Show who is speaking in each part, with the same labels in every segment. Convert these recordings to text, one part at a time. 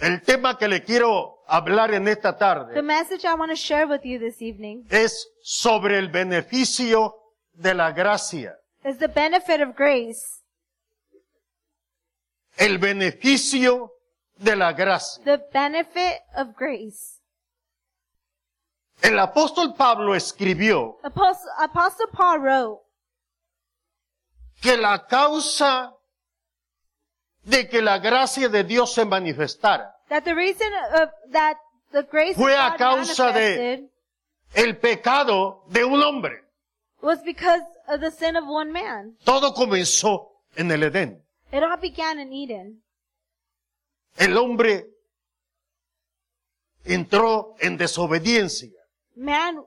Speaker 1: El tema que le quiero hablar en esta
Speaker 2: The
Speaker 1: tarde
Speaker 2: message I want to share with you this evening
Speaker 1: es sobre el beneficio de la gracia.
Speaker 2: is the benefit of grace.
Speaker 1: El beneficio de la gracia.
Speaker 2: The benefit of grace.
Speaker 1: El apóstol Pablo escribió
Speaker 2: Apostle, Apostle Paul wrote
Speaker 1: que la causa de que la gracia de Dios se manifestara,
Speaker 2: that the reason of, that the grace of
Speaker 1: Fue a
Speaker 2: God
Speaker 1: causa de-
Speaker 2: manifested
Speaker 1: el pecado de un hombre.
Speaker 2: was because of the sin of one man.
Speaker 1: Todo comenzó en el Edén.
Speaker 2: It all began in Eden.
Speaker 1: El hombre entró en desobediencia.
Speaker 2: Man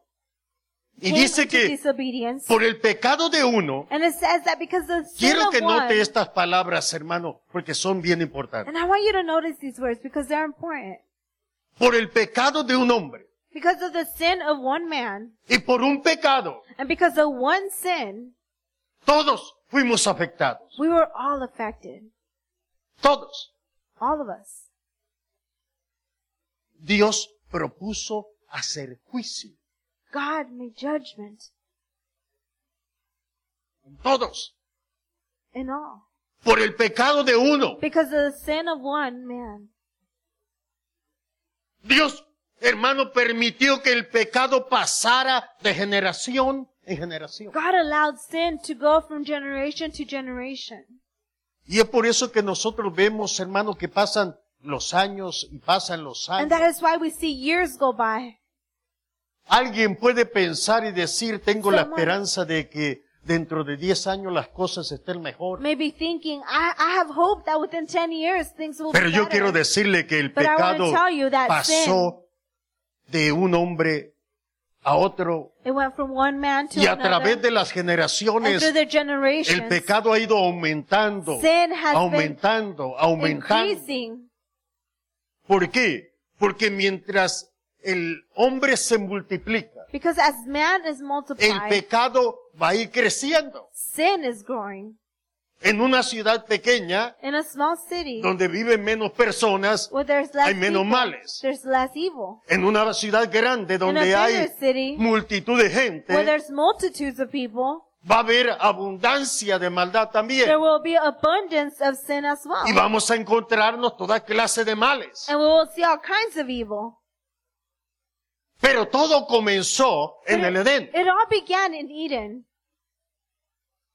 Speaker 1: Y
Speaker 2: came
Speaker 1: dice
Speaker 2: into
Speaker 1: que
Speaker 2: disobedience.
Speaker 1: por el pecado de uno,
Speaker 2: and it says that because the sin
Speaker 1: quiero
Speaker 2: of
Speaker 1: que
Speaker 2: one,
Speaker 1: note estas palabras, hermano, porque son bien importantes.
Speaker 2: and I want you to notice these words because they're important.
Speaker 1: Por el pecado de un hombre
Speaker 2: Because of the sin of one man,
Speaker 1: y por un pecado,
Speaker 2: and because of one sin,
Speaker 1: todos fuimos afectados.
Speaker 2: we were all affected.
Speaker 1: Todos.
Speaker 2: All of us.
Speaker 1: Dios propuso hacer juicio.
Speaker 2: God made judgment
Speaker 1: Todos.
Speaker 2: in all.
Speaker 1: Por el pecado de uno.
Speaker 2: Because of the sin of one man.
Speaker 1: Dios, hermano, permitió que el pecado pasara de generación en generación.
Speaker 2: God allowed sin to go from generation to generation.
Speaker 1: Y es por eso que nosotros vemos, hermano, que pasan los años y pasan los
Speaker 2: And
Speaker 1: años.
Speaker 2: that is why we see years go by.
Speaker 1: Alguien puede pensar y decir, tengo la
Speaker 2: Someone-
Speaker 1: esperanza de que dentro de 10 años las cosas estén mejor.
Speaker 2: Maybe thinking, I, I have hope that within 10 years things will
Speaker 1: Pero
Speaker 2: be
Speaker 1: yo
Speaker 2: better.
Speaker 1: quiero decirle que el
Speaker 2: But I wanna
Speaker 1: pecado
Speaker 2: tell you that
Speaker 1: pasó de un hombre a otro
Speaker 2: It went from one man to
Speaker 1: y a
Speaker 2: another.
Speaker 1: través de las
Speaker 2: and
Speaker 1: generaciones
Speaker 2: through the generations,
Speaker 1: el pecado ha ido aumentando,
Speaker 2: Sin has been
Speaker 1: aumentando, aumentando.
Speaker 2: increasing.
Speaker 1: ¿Por qué? Porque mientras el hombre se multiplica,
Speaker 2: Because as man is multiplied,
Speaker 1: el pecado va a ir creciendo.
Speaker 2: sin is growing.
Speaker 1: En una ciudad pequeña,
Speaker 2: In a small city,
Speaker 1: donde viven menos personas,
Speaker 2: where there's less
Speaker 1: hay menos
Speaker 2: people,
Speaker 1: males.
Speaker 2: there's less evil.
Speaker 1: en una ciudad grande donde
Speaker 2: In a
Speaker 1: hay
Speaker 2: bigger city,
Speaker 1: multitud de
Speaker 2: Where
Speaker 1: gente,
Speaker 2: there's multitudes of people,
Speaker 1: va a haber abundancia de maldad también.
Speaker 2: there will be abundance of sin as well.
Speaker 1: Y vamos a encontrarnos toda clase de males.
Speaker 2: And we will see all kinds of evil.
Speaker 1: Pero todo comenzó en el Edén.
Speaker 2: It all began in Eden.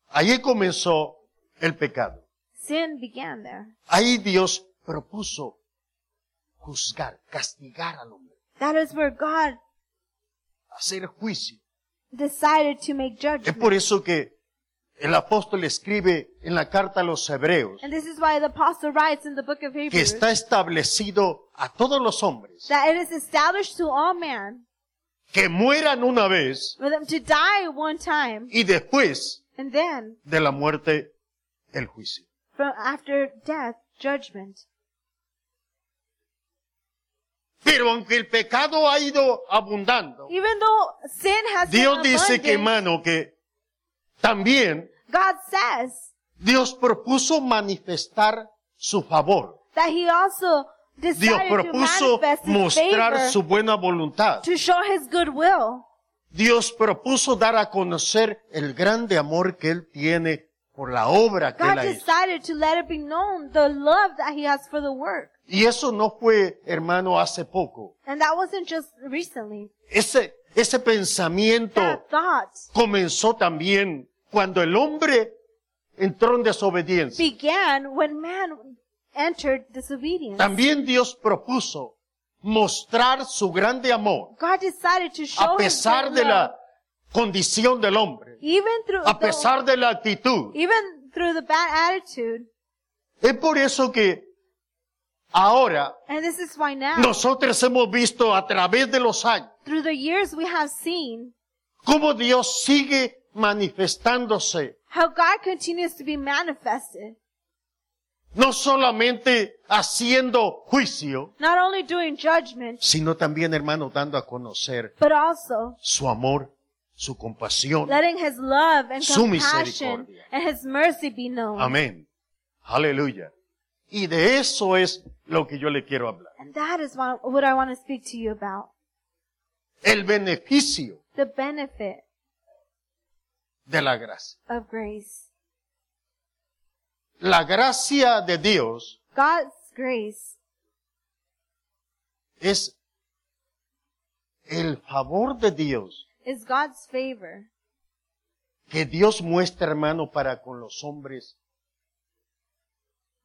Speaker 1: Allí comenzó el pecado.
Speaker 2: Sin began there.
Speaker 1: Ahí Dios propuso juzgar, castigar al hombre,
Speaker 2: That is where God
Speaker 1: hacer juicio.
Speaker 2: decided to make
Speaker 1: Es
Speaker 2: judgment.
Speaker 1: por eso que el apóstol escribe en la carta a los hebreos
Speaker 2: And this is why the apostle writes in the book of
Speaker 1: que
Speaker 2: Hebrews
Speaker 1: está establecido a todos los hombres
Speaker 2: that it is established to all man
Speaker 1: que mueran una vez
Speaker 2: for them to die one time
Speaker 1: y después
Speaker 2: and then
Speaker 1: de la muerte el juicio.
Speaker 2: from after death judgment.
Speaker 1: Pero aunque el pecado ha ido abundando,
Speaker 2: Even though sin has
Speaker 1: Dios
Speaker 2: been
Speaker 1: dice que,
Speaker 2: abundant,
Speaker 1: hermano, que también
Speaker 2: God says
Speaker 1: Dios propuso manifestar su favor.
Speaker 2: that he also
Speaker 1: Dios
Speaker 2: decided to
Speaker 1: propuso
Speaker 2: manifest his
Speaker 1: mostrar
Speaker 2: favor
Speaker 1: su buena voluntad.
Speaker 2: to show his goodwill.
Speaker 1: Dios propuso dar a conocer el grande amor que Él tiene por la obra que
Speaker 2: God
Speaker 1: Él ha hecho.
Speaker 2: decided to let it be known the love that he has for the work.
Speaker 1: Y eso no fue, hermano, hace poco.
Speaker 2: And that wasn't just recently.
Speaker 1: Ese, ese pensamiento
Speaker 2: That thought
Speaker 1: comenzó también cuando el hombre entró en desobediencia.
Speaker 2: began when man entered disobedience.
Speaker 1: También Dios propuso mostrar su grande amor
Speaker 2: God decided to show
Speaker 1: a
Speaker 2: his
Speaker 1: pesar
Speaker 2: great
Speaker 1: de
Speaker 2: love,
Speaker 1: la condición del hombre,
Speaker 2: even through
Speaker 1: a
Speaker 2: the-
Speaker 1: pesar de la actitud.
Speaker 2: even through the bad attitude.
Speaker 1: Es por eso que ahora
Speaker 2: And this is why now,
Speaker 1: Nosotros hemos visto a través de los años
Speaker 2: through the years we have seen
Speaker 1: cómo Dios sigue manifestándose,
Speaker 2: how God continues to be manifested.
Speaker 1: no solamente haciendo juicio,
Speaker 2: Not only doing judgment,
Speaker 1: sino también, hermano, dando a conocer
Speaker 2: but also
Speaker 1: su amor, su compasión.
Speaker 2: letting his love and
Speaker 1: Su
Speaker 2: compassion
Speaker 1: misericordia.
Speaker 2: and his mercy be known.
Speaker 1: Amén. Aleluya. Y de eso es lo que yo le quiero hablar.
Speaker 2: And that is what what I want to speak to you about.
Speaker 1: El beneficio
Speaker 2: The benefit
Speaker 1: de la gracia.
Speaker 2: of grace.
Speaker 1: La gracia de Dios
Speaker 2: God's grace
Speaker 1: es el favor de Dios
Speaker 2: is God's favor
Speaker 1: que Dios muestra, hermano, para con los hombres,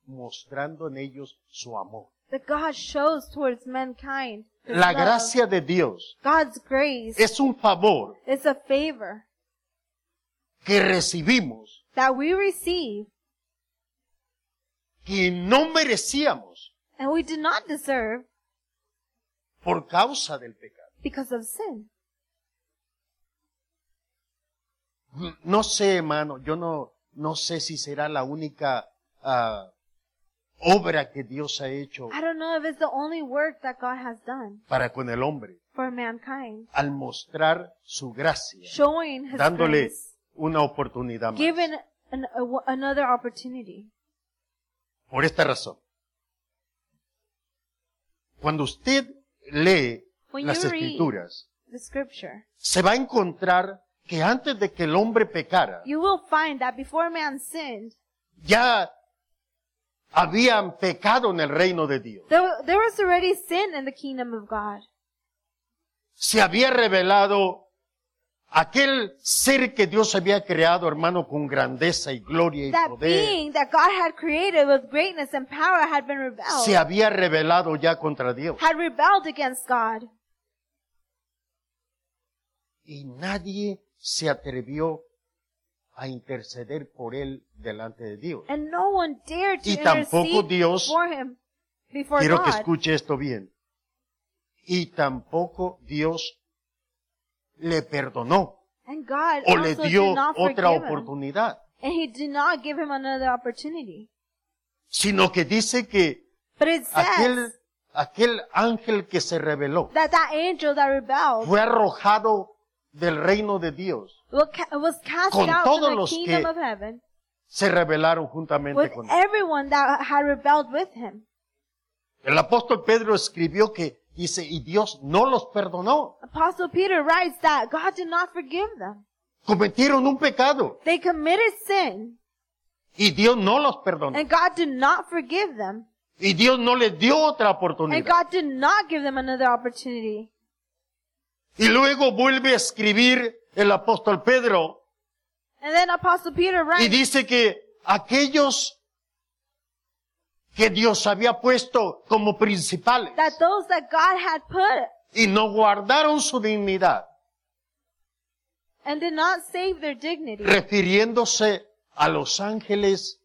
Speaker 1: mostrando en ellos su amor.
Speaker 2: that God shows towards mankind. His
Speaker 1: La
Speaker 2: love.
Speaker 1: gracia de Dios
Speaker 2: God's grace
Speaker 1: es un favor
Speaker 2: is a favor
Speaker 1: que recibimos
Speaker 2: that we receive
Speaker 1: que no merecíamos
Speaker 2: and we did not deserve
Speaker 1: por causa del pecado.
Speaker 2: because of sin.
Speaker 1: No sé, hermano, yo no, no sé si será la única ah, obra que Dios ha hecho
Speaker 2: I don't know if it's the only work that God has done
Speaker 1: para con el hombre
Speaker 2: for mankind,
Speaker 1: al mostrar su gracia,
Speaker 2: showing His
Speaker 1: dándole
Speaker 2: grace,
Speaker 1: una oportunidad más.
Speaker 2: giving an, a, another opportunity.
Speaker 1: Por esta razón. Cuando usted lee
Speaker 2: When
Speaker 1: las
Speaker 2: you read-
Speaker 1: escrituras,
Speaker 2: The Scripture.
Speaker 1: se va a encontrar que antes de que el hombre pecara,
Speaker 2: You will find that before man sinned,
Speaker 1: ya habían pecado en el reino de Dios.
Speaker 2: there, there was already sin in the kingdom of God.
Speaker 1: Se había revelado aquel ser que Dios había creado, hermano, con grandeza y gloria y
Speaker 2: That
Speaker 1: poder.
Speaker 2: being that God had created with greatness and power had been rebelled,
Speaker 1: Se había revelado ya contra Dios.
Speaker 2: had rebelled against God.
Speaker 1: Y nadie se atrevió a interceder por él delante de Dios.
Speaker 2: And no one dared to
Speaker 1: Y tampoco
Speaker 2: intercede
Speaker 1: Dios-
Speaker 2: for him, before
Speaker 1: Quiero que
Speaker 2: God.
Speaker 1: escuche esto bien. Y tampoco Dios le perdonó
Speaker 2: And God
Speaker 1: o le
Speaker 2: also
Speaker 1: dio
Speaker 2: did not
Speaker 1: otra
Speaker 2: forgive him.
Speaker 1: oportunidad,
Speaker 2: And he did not give him another opportunity.
Speaker 1: sino que dice que
Speaker 2: But it says
Speaker 1: aquel, aquel ángel que se reveló
Speaker 2: that that angel that rebelled
Speaker 1: fue arrojado del reino de Dios.
Speaker 2: was ca- was cast
Speaker 1: Con
Speaker 2: out
Speaker 1: todos
Speaker 2: from the
Speaker 1: los
Speaker 2: kingdom
Speaker 1: que-
Speaker 2: of heaven
Speaker 1: Se rebelaron juntamente
Speaker 2: with
Speaker 1: con él.
Speaker 2: everyone that had rebelled with him.
Speaker 1: El apóstol Pedro escribió que dice, y Dios no los perdonó.
Speaker 2: Apostle Peter writes that God did not forgive them.
Speaker 1: Cometieron un pecado
Speaker 2: They committed sin,
Speaker 1: y Dios no los perdonó.
Speaker 2: and God did not forgive them.
Speaker 1: Y Dios no les dio otra
Speaker 2: And
Speaker 1: oportunidad.
Speaker 2: God did not give them another opportunity.
Speaker 1: Y luego vuelve a escribir el apóstol Pedro
Speaker 2: And then Apostle Peter
Speaker 1: y
Speaker 2: writes
Speaker 1: dice que aquellos que Dios había puesto como principales
Speaker 2: that those that God had put
Speaker 1: y no guardaron su dignidad,
Speaker 2: and did not save their dignity,
Speaker 1: refiriéndose a los ángeles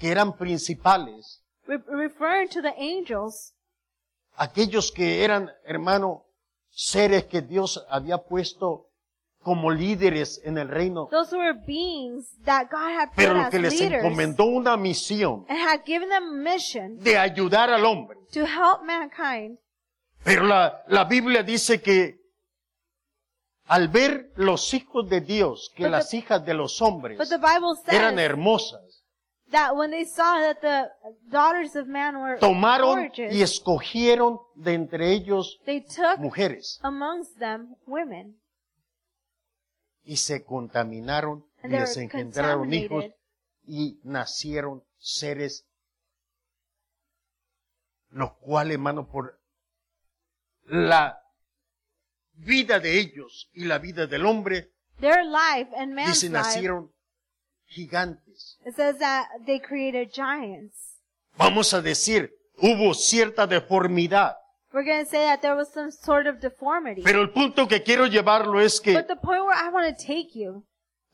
Speaker 1: que eran principales,
Speaker 2: re- referring to the angels,
Speaker 1: aquellos que eran, hermano, seres que Dios había puesto como líderes en el reino,
Speaker 2: those were beings that God had put
Speaker 1: pero lo
Speaker 2: as
Speaker 1: que les
Speaker 2: leaders
Speaker 1: encomendó una misión
Speaker 2: and had given them a mission
Speaker 1: de ayudar al hombre.
Speaker 2: to help mankind.
Speaker 1: Pero la, la Biblia dice que al ver los hijos de Dios, que
Speaker 2: But
Speaker 1: las
Speaker 2: the-
Speaker 1: hijas de los hombres
Speaker 2: But the Bible
Speaker 1: eran
Speaker 2: says
Speaker 1: hermosas,
Speaker 2: that when they saw that the daughters of man were
Speaker 1: tomaron y
Speaker 2: gorgeous,
Speaker 1: escogieron de entre ellos
Speaker 2: they took
Speaker 1: mujeres
Speaker 2: amongst them women,
Speaker 1: y se contaminaron y
Speaker 2: and they
Speaker 1: les
Speaker 2: were
Speaker 1: engendraron hijos
Speaker 2: contaminated,
Speaker 1: y nacieron seres los cuales, hermano, por la vida de ellos y la vida del hombre,
Speaker 2: their life and man's
Speaker 1: dice,
Speaker 2: life.
Speaker 1: nacieron gigantes.
Speaker 2: It says that they created giants.
Speaker 1: vamos a decir, hubo cierta deformidad.
Speaker 2: We're going to say that there was some sort of deformity.
Speaker 1: Pero el punto que quiero llevarlo es que
Speaker 2: But the point where I want to take you,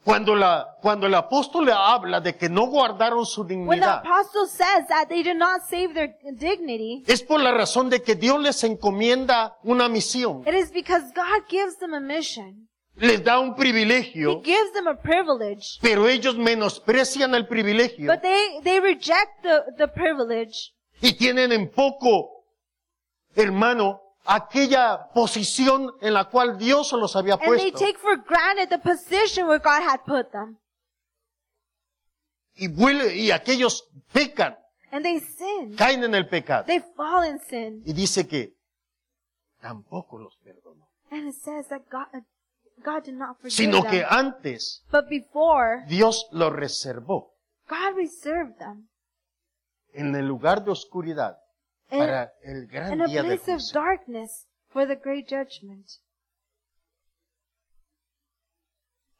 Speaker 1: cuando, la, cuando el apóstol le habla de que no guardaron su
Speaker 2: when the
Speaker 1: dignidad,
Speaker 2: apostle says that they did not save their dignity,
Speaker 1: es por la razón de que Dios les encomienda una misión,
Speaker 2: it is because God gives them a mission.
Speaker 1: les da un
Speaker 2: He
Speaker 1: privilegio,
Speaker 2: gives them a privilege.
Speaker 1: pero ellos menosprecian el privilegio
Speaker 2: But they, they reject the, the privilege
Speaker 1: y tienen en poco, hermano, aquella posición en la cual Dios los había
Speaker 2: and they
Speaker 1: puesto
Speaker 2: take for granted the position where God had put them.
Speaker 1: y, vuelve- y aquellos pecan
Speaker 2: and they sin.
Speaker 1: Caen en el pecado.
Speaker 2: They fall in sin.
Speaker 1: Y dice que tampoco los perdonó.
Speaker 2: And it says that God, God did not forgive
Speaker 1: Sino que
Speaker 2: them.
Speaker 1: antes
Speaker 2: But before,
Speaker 1: Dios los reservó
Speaker 2: God reserved them
Speaker 1: en el lugar de oscuridad
Speaker 2: in,
Speaker 1: para el
Speaker 2: in
Speaker 1: gran
Speaker 2: a
Speaker 1: día de
Speaker 2: Eh, place of
Speaker 1: juicio.
Speaker 2: darkness for the great judgment.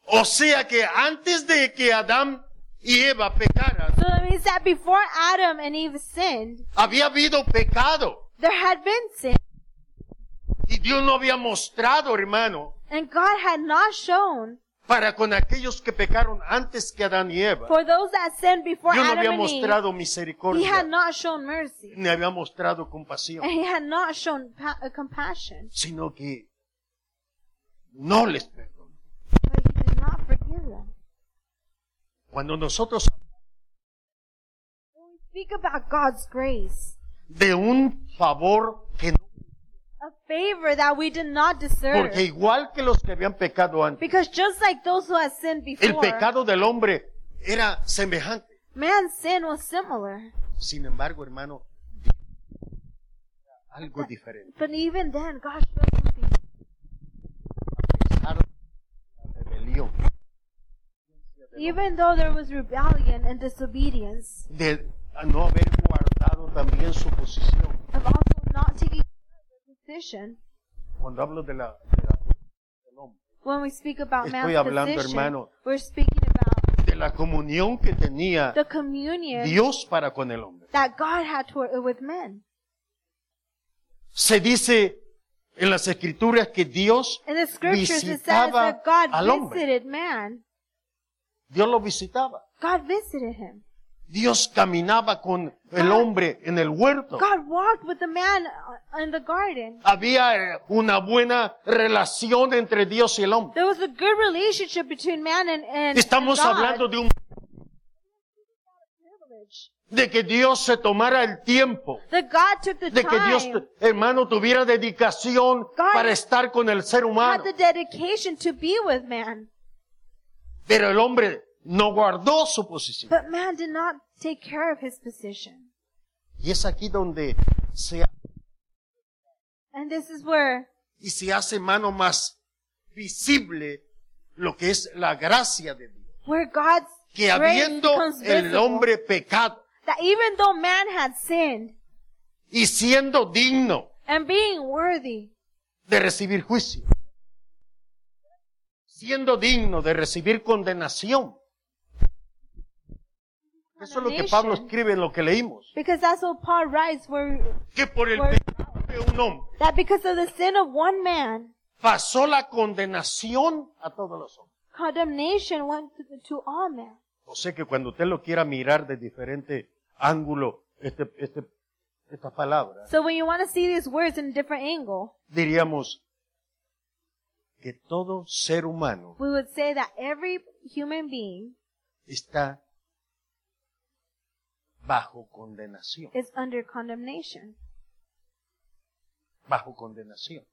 Speaker 1: O sea que antes de que Adán y Eva pecaran,
Speaker 2: So it means that before Adam and Eve sinned,
Speaker 1: había habido pecado.
Speaker 2: there had been sin.
Speaker 1: Y Dios no había mostrado, hermano,
Speaker 2: And God had not shown
Speaker 1: para con aquellos que pecaron antes que Adán y Eva.
Speaker 2: for those that sinned before
Speaker 1: Dios no había
Speaker 2: Adam and Eve,
Speaker 1: mostrado
Speaker 2: He had
Speaker 1: misericordia,
Speaker 2: not shown mercy.
Speaker 1: ni había mostrado compasión,
Speaker 2: And He had not shown pa- uh, compassion.
Speaker 1: sino que no les perdonó.
Speaker 2: But He did not forgive them.
Speaker 1: Cuando nosotros
Speaker 2: When we speak about God's grace,
Speaker 1: de un favor que no,
Speaker 2: a favor that we did not deserve,
Speaker 1: porque igual que los que habían pecado antes,
Speaker 2: because just like those who had sinned
Speaker 1: el
Speaker 2: before,
Speaker 1: pecado del hombre era semejante.
Speaker 2: man's sin was similar.
Speaker 1: Sin embargo, hermano, Dios era algo diferente.
Speaker 2: But even then, God showed something.
Speaker 1: A pesar de la rebelión,
Speaker 2: Even though there was rebellion and disobedience,
Speaker 1: de no haber guardado también su posición.
Speaker 2: of also not taking care of the position,
Speaker 1: Cuando hablo de la, de la posición del hombre,
Speaker 2: when we speak about
Speaker 1: Estoy
Speaker 2: man's
Speaker 1: hablando,
Speaker 2: position,
Speaker 1: hermano.
Speaker 2: we're speaking about
Speaker 1: de la comunión que tenía
Speaker 2: the communion
Speaker 1: Dios para con el hombre.
Speaker 2: that God had toward, with men.
Speaker 1: Se dice en las escrituras que Dios
Speaker 2: In the scriptures, it says
Speaker 1: Visitaba
Speaker 2: that God
Speaker 1: al hombre.
Speaker 2: visited man.
Speaker 1: Dios lo visitaba.
Speaker 2: God visited him.
Speaker 1: Dios caminaba con el hombre en el huerto.
Speaker 2: God walked with the man uh, in the garden.
Speaker 1: Había eh, una buena relación entre Dios y el hombre.
Speaker 2: There was a good relationship between man and, and,
Speaker 1: Estamos
Speaker 2: and God.
Speaker 1: hablando de un
Speaker 2: Privilege.
Speaker 1: de que Dios se tomara el tiempo,
Speaker 2: That God took the
Speaker 1: de que Dios,
Speaker 2: time,
Speaker 1: hermano, tuviera dedicación para estar con el ser humano.
Speaker 2: had the dedication to be with man.
Speaker 1: Pero el hombre no guardó su posición.
Speaker 2: But man did not take care of his position.
Speaker 1: Y es aquí donde se,
Speaker 2: And this is where
Speaker 1: y se hace, hermano, más visible lo que es la gracia de Dios.
Speaker 2: where God's
Speaker 1: Que
Speaker 2: grace
Speaker 1: habiendo
Speaker 2: becomes
Speaker 1: el
Speaker 2: visible.
Speaker 1: hombre pecado
Speaker 2: that even though man had sinned
Speaker 1: y siendo digno
Speaker 2: and being worthy
Speaker 1: de recibir juicio, siendo digno de recibir condenación. Eso es lo que Pablo
Speaker 2: Condemnation.
Speaker 1: escribe en lo que leímos.
Speaker 2: because that's what Paul writes where
Speaker 1: Que por el
Speaker 2: Por-
Speaker 1: pecado de un hombre
Speaker 2: that because of the sin of one man
Speaker 1: pasó la condenación a todos los hombres.
Speaker 2: condemnation went to, to all men.
Speaker 1: O sea que cuando usted lo quiera mirar de diferente ángulo, este, este, estas palabras,
Speaker 2: So when you want to see these words in a different angle,
Speaker 1: diríamos que todo ser humano
Speaker 2: we would say that every human being
Speaker 1: está bajo condenación.
Speaker 2: is under condemnation
Speaker 1: bajo condenación.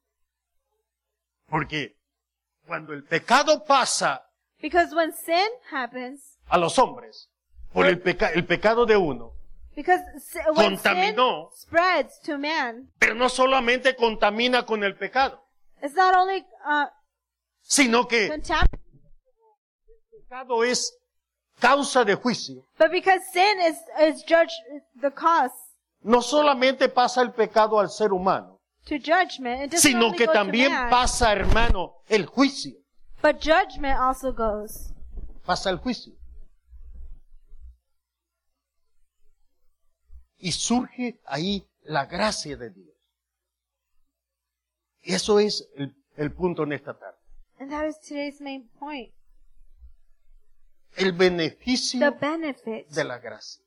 Speaker 1: Porque cuando el pecado pasa
Speaker 2: because when sin happens,
Speaker 1: a los hombres, por el, peca- el pecado de uno,
Speaker 2: because si- when sin
Speaker 1: Contaminó.
Speaker 2: spreads to man,
Speaker 1: pero no solamente contamina con el pecado,
Speaker 2: it's not only uh,
Speaker 1: sino que el
Speaker 2: contaminated,
Speaker 1: pecado es causa de juicio.
Speaker 2: but because sin is is judged the cause
Speaker 1: No solamente pasa el pecado al ser humano,
Speaker 2: to judgment, it doesn't
Speaker 1: sino
Speaker 2: only
Speaker 1: que
Speaker 2: go to
Speaker 1: también
Speaker 2: man,
Speaker 1: pasa, hermano, el juicio.
Speaker 2: but judgment also goes.
Speaker 1: Pasa el juicio. Y surge ahí la gracia de Dios. Eso es el, el punto en esta tarde.
Speaker 2: And that is today's main point:
Speaker 1: El
Speaker 2: the
Speaker 1: beneficio
Speaker 2: benefit
Speaker 1: de la gracia.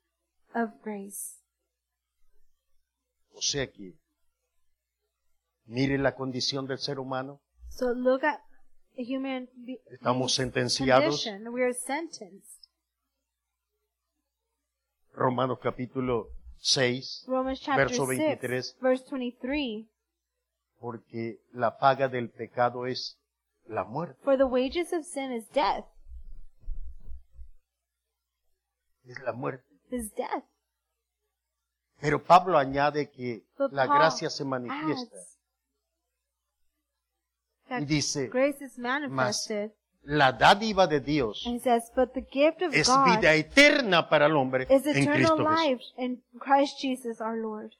Speaker 2: of grace.
Speaker 1: O sea que, mire la condición del ser humano.
Speaker 2: So look at a human be-
Speaker 1: Estamos sentenciados.
Speaker 2: condition. We are sentenced.
Speaker 1: Romanos capítulo 6.
Speaker 2: Romans chapter
Speaker 1: Verso
Speaker 2: 6,
Speaker 1: 23.
Speaker 2: verse 23.
Speaker 1: Porque la paga del pecado es la muerte.
Speaker 2: For the wages of sin is death,
Speaker 1: Es la muerte.
Speaker 2: is death.
Speaker 1: Pero Pablo añade que
Speaker 2: But
Speaker 1: la
Speaker 2: Paul
Speaker 1: gracia se
Speaker 2: adds
Speaker 1: manifiesta. Y
Speaker 2: that
Speaker 1: dice,
Speaker 2: grace is manifested.
Speaker 1: la dádiva de Dios
Speaker 2: And it says, but the gift of
Speaker 1: es
Speaker 2: God
Speaker 1: vida eterna para el hombre
Speaker 2: is
Speaker 1: en Cristo
Speaker 2: eternal life
Speaker 1: Jesús.
Speaker 2: in Christ Jesus our Lord.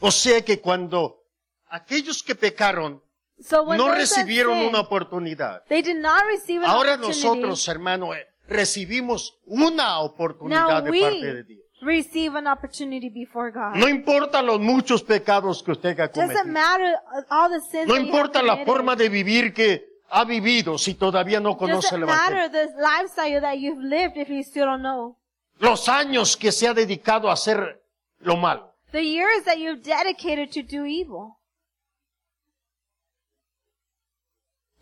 Speaker 1: O sea que cuando aquellos que pecaron
Speaker 2: So when
Speaker 1: no
Speaker 2: those that
Speaker 1: recibieron
Speaker 2: sin,
Speaker 1: una oportunidad,
Speaker 2: they did not receive an
Speaker 1: ahora
Speaker 2: opportunity.
Speaker 1: nosotros, hermano, eh, recibimos una
Speaker 2: now
Speaker 1: oportunidad de
Speaker 2: we
Speaker 1: parte de Dios.
Speaker 2: receive an opportunity before God.
Speaker 1: No importa los muchos pecados que usted ha
Speaker 2: Doesn't
Speaker 1: cometido.
Speaker 2: matter uh, all the sins.
Speaker 1: No
Speaker 2: that you
Speaker 1: importa
Speaker 2: have
Speaker 1: la
Speaker 2: committed.
Speaker 1: forma de vivir que ha vivido si todavía no conoce
Speaker 2: Doesn't
Speaker 1: el
Speaker 2: matter
Speaker 1: Evangelio.
Speaker 2: the lifestyle that you've lived if you still don't know.
Speaker 1: Los años que se ha dedicado a hacer lo malo.
Speaker 2: The years that you've dedicated to do evil.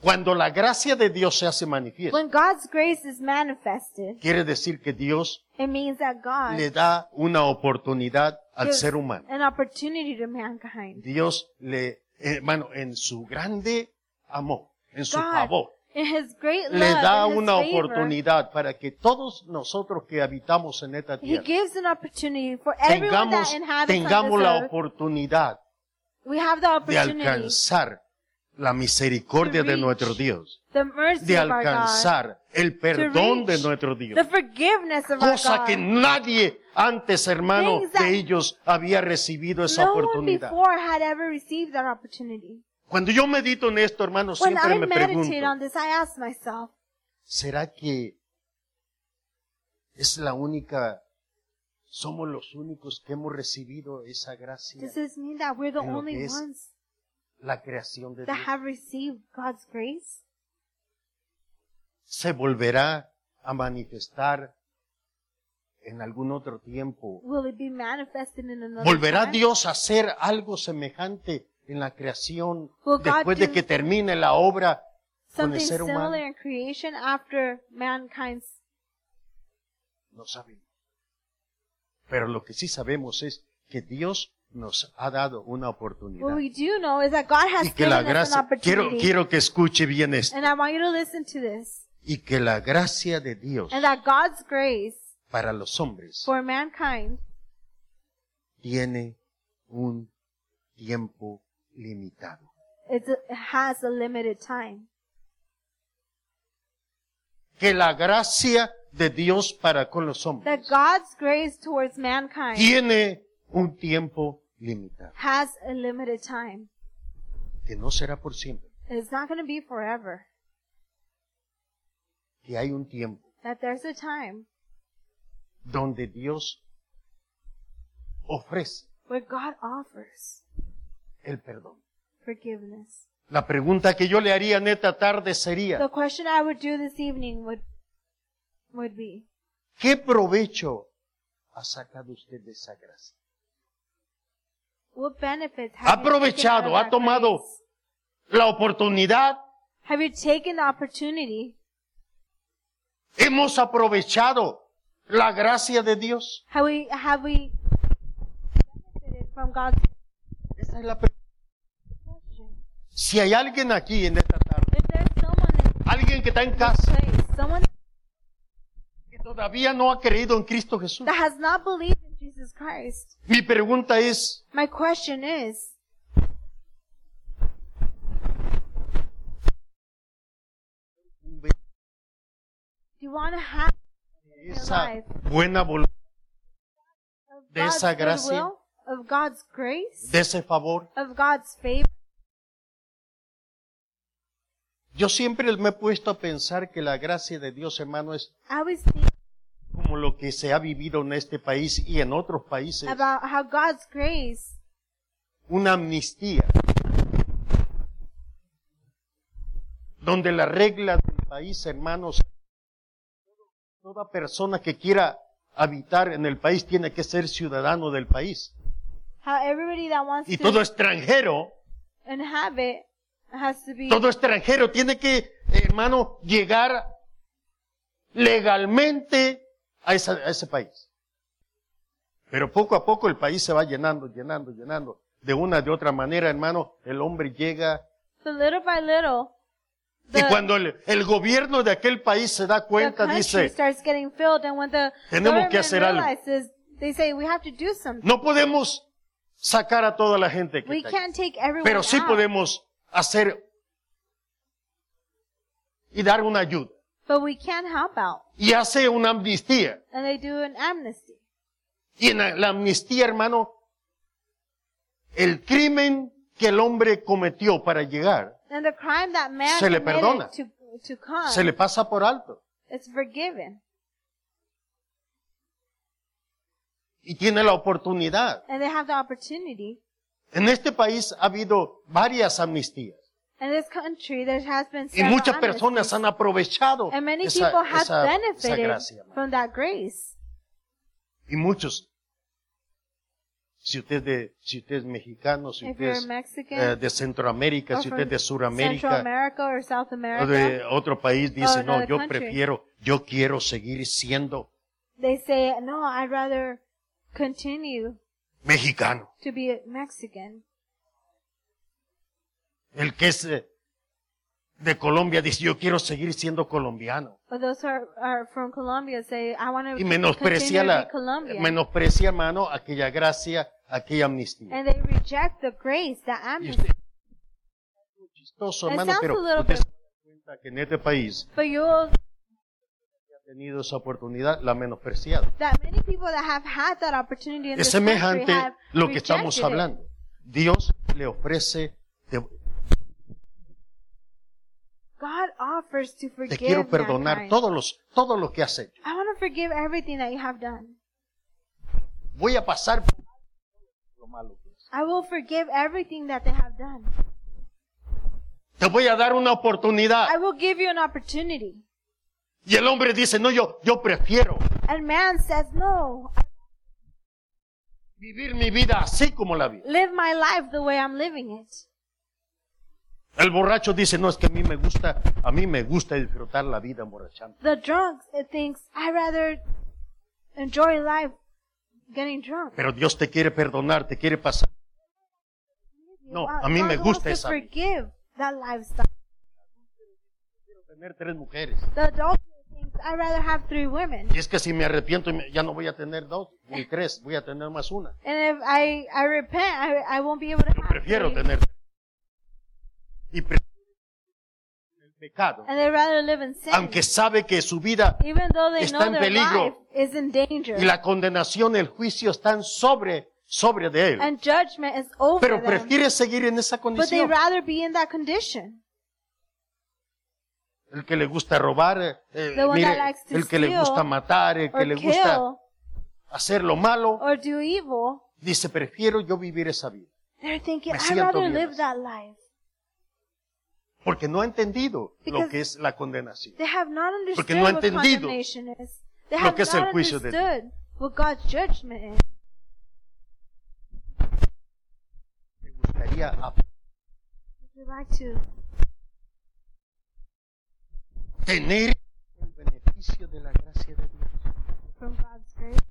Speaker 1: Cuando la gracia de Dios se hace manifiesta,
Speaker 2: When God's grace is manifested,
Speaker 1: quiere decir que Dios
Speaker 2: it means that God
Speaker 1: le da una oportunidad al
Speaker 2: gives
Speaker 1: ser humano.
Speaker 2: an opportunity to mankind.
Speaker 1: Dios le, hermano, en su grande amor, en su
Speaker 2: God,
Speaker 1: favor,
Speaker 2: in His great love,
Speaker 1: le da
Speaker 2: in his
Speaker 1: una
Speaker 2: favor,
Speaker 1: oportunidad para que todos nosotros que habitamos en esta
Speaker 2: He
Speaker 1: tierra
Speaker 2: gives an opportunity for everyone
Speaker 1: tengamos,
Speaker 2: that inhabits
Speaker 1: tengamos
Speaker 2: on
Speaker 1: la
Speaker 2: this earth.
Speaker 1: oportunidad
Speaker 2: We have the
Speaker 1: de
Speaker 2: opportunity,
Speaker 1: alcanzar la misericordia
Speaker 2: To
Speaker 1: de
Speaker 2: reach
Speaker 1: nuestro Dios,
Speaker 2: the mercy
Speaker 1: de
Speaker 2: of our God,
Speaker 1: alcanzar el perdón de nuestro Dios.
Speaker 2: the forgiveness of our
Speaker 1: cosa
Speaker 2: God.
Speaker 1: que nadie antes, hermano,
Speaker 2: Things that-
Speaker 1: de ellos había recibido esa
Speaker 2: no one
Speaker 1: oportunidad.
Speaker 2: before had ever received that opportunity.
Speaker 1: Cuando yo medito en esto, hermano,
Speaker 2: When
Speaker 1: siempre
Speaker 2: I
Speaker 1: me
Speaker 2: meditate on
Speaker 1: pregunto,
Speaker 2: this, I ask myself,
Speaker 1: ¿será que es la única, somos los únicos que hemos recibido esa gracia,
Speaker 2: does this mean that we're the
Speaker 1: En lo que
Speaker 2: only
Speaker 1: es
Speaker 2: ones
Speaker 1: la creación de
Speaker 2: that
Speaker 1: Dios?
Speaker 2: have received God's grace?
Speaker 1: ¿Se volverá a manifestar en algún otro tiempo?
Speaker 2: Will it be manifested in another
Speaker 1: ¿Volverá
Speaker 2: time?
Speaker 1: Dios a hacer algo semejante en la creación
Speaker 2: Will God
Speaker 1: después de
Speaker 2: do
Speaker 1: que termine la obra con el
Speaker 2: Something
Speaker 1: ser humano?
Speaker 2: similar in creation after mankind's.
Speaker 1: No sabemos. Pero lo que sí sabemos es que Dios nos ha dado una
Speaker 2: What
Speaker 1: oportunidad.
Speaker 2: we do know is that God has
Speaker 1: Y que la
Speaker 2: given us an
Speaker 1: gracia, quiero,
Speaker 2: opportunity.
Speaker 1: quiero que escuche bien esto.
Speaker 2: And I want you to listen to this.
Speaker 1: Y que la gracia de Dios
Speaker 2: And that God's grace
Speaker 1: para los hombres
Speaker 2: for mankind
Speaker 1: tiene un tiempo limitado.
Speaker 2: is, it has a limited time.
Speaker 1: Que la gracia de Dios para con los
Speaker 2: That
Speaker 1: hombres
Speaker 2: God's grace towards mankind
Speaker 1: tiene un tiempo limitado.
Speaker 2: has a limited time.
Speaker 1: Que no será por siempre.
Speaker 2: It's not going to be forever.
Speaker 1: Que hay un tiempo
Speaker 2: That there's a time
Speaker 1: donde Dios ofrece
Speaker 2: where God offers
Speaker 1: el perdón.
Speaker 2: forgiveness.
Speaker 1: La pregunta que yo le haría en esta tarde
Speaker 2: The
Speaker 1: sería,
Speaker 2: question I would do this evening would would be,
Speaker 1: ¿qué provecho ha sacado usted de esa gracia?
Speaker 2: what benefits have
Speaker 1: Ha
Speaker 2: you taken out
Speaker 1: aprovechado,
Speaker 2: of
Speaker 1: ha
Speaker 2: that
Speaker 1: tomado
Speaker 2: grace?
Speaker 1: la oportunidad,
Speaker 2: Have you taken the opportunity?
Speaker 1: hemos aprovechado la gracia de Dios.
Speaker 2: Have we have we benefited from God's
Speaker 1: Esa es la pre-
Speaker 2: question?
Speaker 1: si hay alguien aquí en esta tarde,
Speaker 2: If there's someone in
Speaker 1: alguien que está en
Speaker 2: this
Speaker 1: casa,
Speaker 2: place, someone
Speaker 1: que todavía no ha creído en Cristo Jesús,
Speaker 2: that has not believed in Jesus Christ,
Speaker 1: mi pregunta es,
Speaker 2: my question is, do you want to have
Speaker 1: esa buena voluntad,
Speaker 2: of
Speaker 1: De
Speaker 2: God's
Speaker 1: esa gracia.
Speaker 2: goodwill, of God's grace,
Speaker 1: de ese favor.
Speaker 2: of God's favor?
Speaker 1: Yo siempre me he puesto a pensar que la gracia de Dios, hermano, es
Speaker 2: I always think
Speaker 1: como lo que se ha vivido en este país y en otros países,
Speaker 2: about how God's grace
Speaker 1: una amnistía, donde la regla del país, hermanos, toda persona que quiera habitar en el país tiene que ser ciudadano del país.
Speaker 2: how everybody that wants
Speaker 1: Y
Speaker 2: to
Speaker 1: todo extranjero,
Speaker 2: inhabit has to be
Speaker 1: todo extranjero tiene que, hermano, llegar legalmente a, esa- a ese país. Pero poco a poco el país se va llenando, llenando, llenando. De una de otra manera, hermano, el hombre llega.
Speaker 2: but little by little.
Speaker 1: y
Speaker 2: the-
Speaker 1: cuando el, el gobierno de aquel país se da
Speaker 2: the
Speaker 1: cuenta,
Speaker 2: country
Speaker 1: dice,
Speaker 2: starts getting filled, and when the
Speaker 1: Tenemos que
Speaker 2: government
Speaker 1: hacer algo.
Speaker 2: realizes They say we have to do something.
Speaker 1: No podemos sacar a toda la gente que
Speaker 2: We
Speaker 1: está ahí,
Speaker 2: can't take everyone
Speaker 1: pero sí
Speaker 2: out,
Speaker 1: podemos hacer y dar una ayuda.
Speaker 2: but we can help out.
Speaker 1: Y hace una amnistía.
Speaker 2: And they do an amnesty.
Speaker 1: Y en la- la amnistía, hermano, el crimen que el hombre cometió para llegar
Speaker 2: And the crime that man
Speaker 1: Se le
Speaker 2: committed
Speaker 1: perdona.
Speaker 2: to to come
Speaker 1: se le pasa por alto
Speaker 2: is forgiven,
Speaker 1: y tiene la oportunidad.
Speaker 2: and they have the opportunity.
Speaker 1: En este país ha habido varias amnistías
Speaker 2: In this country, there has been
Speaker 1: y
Speaker 2: several
Speaker 1: muchas personas
Speaker 2: amnesties,
Speaker 1: han aprovechado
Speaker 2: and many
Speaker 1: esa,
Speaker 2: people have
Speaker 1: esa- esa
Speaker 2: benefited
Speaker 1: gracia. hermano.
Speaker 2: from that grace.
Speaker 1: Y muchos, si usted es, de, si usted es mexicano, si
Speaker 2: If
Speaker 1: usted
Speaker 2: you're
Speaker 1: es
Speaker 2: Mexican,
Speaker 1: eh, de Centroamérica,
Speaker 2: Or
Speaker 1: si
Speaker 2: from
Speaker 1: usted es de
Speaker 2: Central
Speaker 1: Suramérica
Speaker 2: America or South
Speaker 1: o
Speaker 2: America,
Speaker 1: de otro país, dice, no,
Speaker 2: another
Speaker 1: yo
Speaker 2: country.
Speaker 1: prefiero, yo quiero seguir siendo
Speaker 2: they say, no, I'd rather continue
Speaker 1: mexicano.
Speaker 2: to be a Mexican.
Speaker 1: El que es eh, de Colombia dice, yo quiero seguir siendo colombiano.
Speaker 2: But those who are, are from Colombia say, I want
Speaker 1: Y
Speaker 2: to continue
Speaker 1: menosprecia
Speaker 2: to
Speaker 1: la,
Speaker 2: be Colombian.
Speaker 1: menosprecia, hermano, aquella gracia, aquella amnistía.
Speaker 2: and they reject the grace, the
Speaker 1: Y
Speaker 2: amnesty.
Speaker 1: usted, chistoso,
Speaker 2: It
Speaker 1: hermano,
Speaker 2: sounds
Speaker 1: pero
Speaker 2: a little
Speaker 1: usted
Speaker 2: bit-
Speaker 1: se da cuenta que en este país
Speaker 2: But you'll,
Speaker 1: que ha tenido esa oportunidad, la ha menospreciado.
Speaker 2: that many people that have had that opportunity in
Speaker 1: Es
Speaker 2: this country
Speaker 1: semejante
Speaker 2: have
Speaker 1: lo que
Speaker 2: rejected
Speaker 1: estamos
Speaker 2: it.
Speaker 1: hablando. Dios le ofrece, te,
Speaker 2: God offers to
Speaker 1: te
Speaker 2: forgive
Speaker 1: quiero perdonar
Speaker 2: mankind.
Speaker 1: todos los, todo lo que has hecho.
Speaker 2: I want to forgive everything that you have done.
Speaker 1: Voy a pasar por lo malo que hice.
Speaker 2: I will forgive everything that they have done.
Speaker 1: Te voy a dar una oportunidad.
Speaker 2: I will give you an opportunity.
Speaker 1: Y el hombre dice, no, yo, yo prefiero
Speaker 2: And man says, No,
Speaker 1: vivir mi vida así como la vi.
Speaker 2: live my life the way I'm living it.
Speaker 1: El borracho dice, no, es que a mí me gusta, a mí me gusta disfrutar la vida emborrachando.
Speaker 2: The drunk it thinks, i rather enjoy life getting drunk.
Speaker 1: Pero Dios te quiere perdonar, te quiere pasar. No,
Speaker 2: Wow,
Speaker 1: a mí
Speaker 2: God
Speaker 1: me
Speaker 2: wants
Speaker 1: gusta
Speaker 2: to
Speaker 1: esa vida.
Speaker 2: forgive that lifestyle.
Speaker 1: Quiero tener tres mujeres.
Speaker 2: The adult thinks, i rather have three women.
Speaker 1: Y es que si me arrepiento, y me- ya no voy a tener dos ni tres, voy a tener más una.
Speaker 2: And if I, I repent, I, I won't be able to
Speaker 1: Yo
Speaker 2: have
Speaker 1: prefiero
Speaker 2: three.
Speaker 1: tener tres. y prefiero el pecado,
Speaker 2: And they rather live in sin.
Speaker 1: aunque sabe que su vida
Speaker 2: even though they
Speaker 1: está
Speaker 2: know
Speaker 1: en
Speaker 2: their
Speaker 1: peligro.
Speaker 2: life is in danger.
Speaker 1: y la condenación, el juicio están sobre sobre de él,
Speaker 2: and judgment is over
Speaker 1: pero
Speaker 2: them.
Speaker 1: prefiere seguir en esa
Speaker 2: But they
Speaker 1: condición.
Speaker 2: rather be in that condition.
Speaker 1: El que le gusta robar, eh, eh,
Speaker 2: The one
Speaker 1: mire,
Speaker 2: that likes to
Speaker 1: el que le
Speaker 2: steal
Speaker 1: gusta matar, el que
Speaker 2: or
Speaker 1: le
Speaker 2: kill
Speaker 1: gusta hacer lo malo,
Speaker 2: or do evil,
Speaker 1: dice prefiero yo vivir esa vida,
Speaker 2: they're thinking,
Speaker 1: Me
Speaker 2: I'd
Speaker 1: siento
Speaker 2: rather
Speaker 1: bien así."
Speaker 2: live that life.
Speaker 1: porque no ha entendido lo
Speaker 2: Because-
Speaker 1: que es la condenación.
Speaker 2: They have not understood
Speaker 1: no ha
Speaker 2: what
Speaker 1: entendido
Speaker 2: condemnation is. They
Speaker 1: lo
Speaker 2: have
Speaker 1: que es
Speaker 2: not
Speaker 1: el juicio de Dios.
Speaker 2: understood what God's judgment is.
Speaker 1: Me gustaría a-
Speaker 2: Would you like to
Speaker 1: tener el beneficio de la gracia de Dios.
Speaker 2: from God's grace?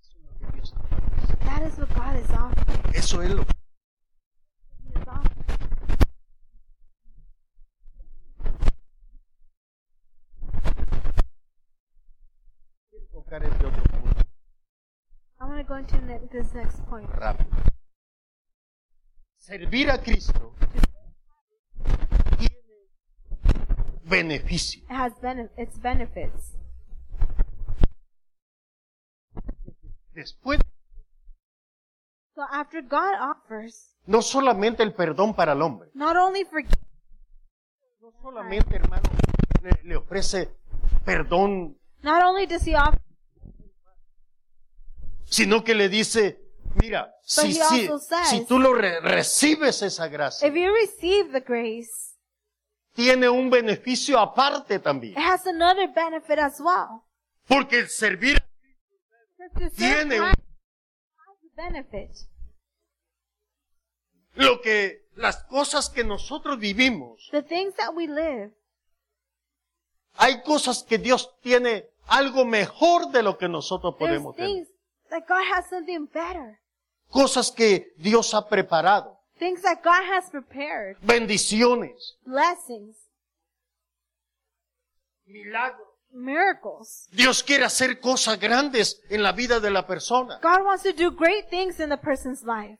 Speaker 1: Eso es lo que Dios te ofrece.
Speaker 2: That is what God is offering.
Speaker 1: Eso es lo que
Speaker 2: He is offering.
Speaker 1: quiero tocar este otro punto
Speaker 2: I want to go into ne- this next point.
Speaker 1: rápido. Servir a Cristo tiene beneficio.
Speaker 2: It has bene- its benefits.
Speaker 1: Después,
Speaker 2: So after God offers,
Speaker 1: no solamente el perdón para el hombre,
Speaker 2: not only forgive,
Speaker 1: no solamente, hermano, le, le ofrece perdón,
Speaker 2: not only does He offer,
Speaker 1: sino que le dice, mira, si,
Speaker 2: he
Speaker 1: si,
Speaker 2: also says-
Speaker 1: si tú lo re- recibes esa gracia,
Speaker 2: if you receive the grace,
Speaker 1: tiene un beneficio aparte
Speaker 2: it
Speaker 1: también.
Speaker 2: has another benefit as well.
Speaker 1: Porque el servir
Speaker 2: To serve
Speaker 1: Tiene un-
Speaker 2: Christ has a benefit.
Speaker 1: lo que las cosas que nosotros vivimos,
Speaker 2: The things that we live,
Speaker 1: hay cosas que Dios tiene algo mejor de lo que nosotros
Speaker 2: there's
Speaker 1: podemos tener.
Speaker 2: things that God has something better.
Speaker 1: Cosas que Dios ha preparado,
Speaker 2: Things that God has prepared.
Speaker 1: bendiciones,
Speaker 2: Blessings,
Speaker 1: milagros,
Speaker 2: miracles.
Speaker 1: Dios quiere hacer cosas grandes en la vida de la persona.
Speaker 2: God wants to do great things in the person's life.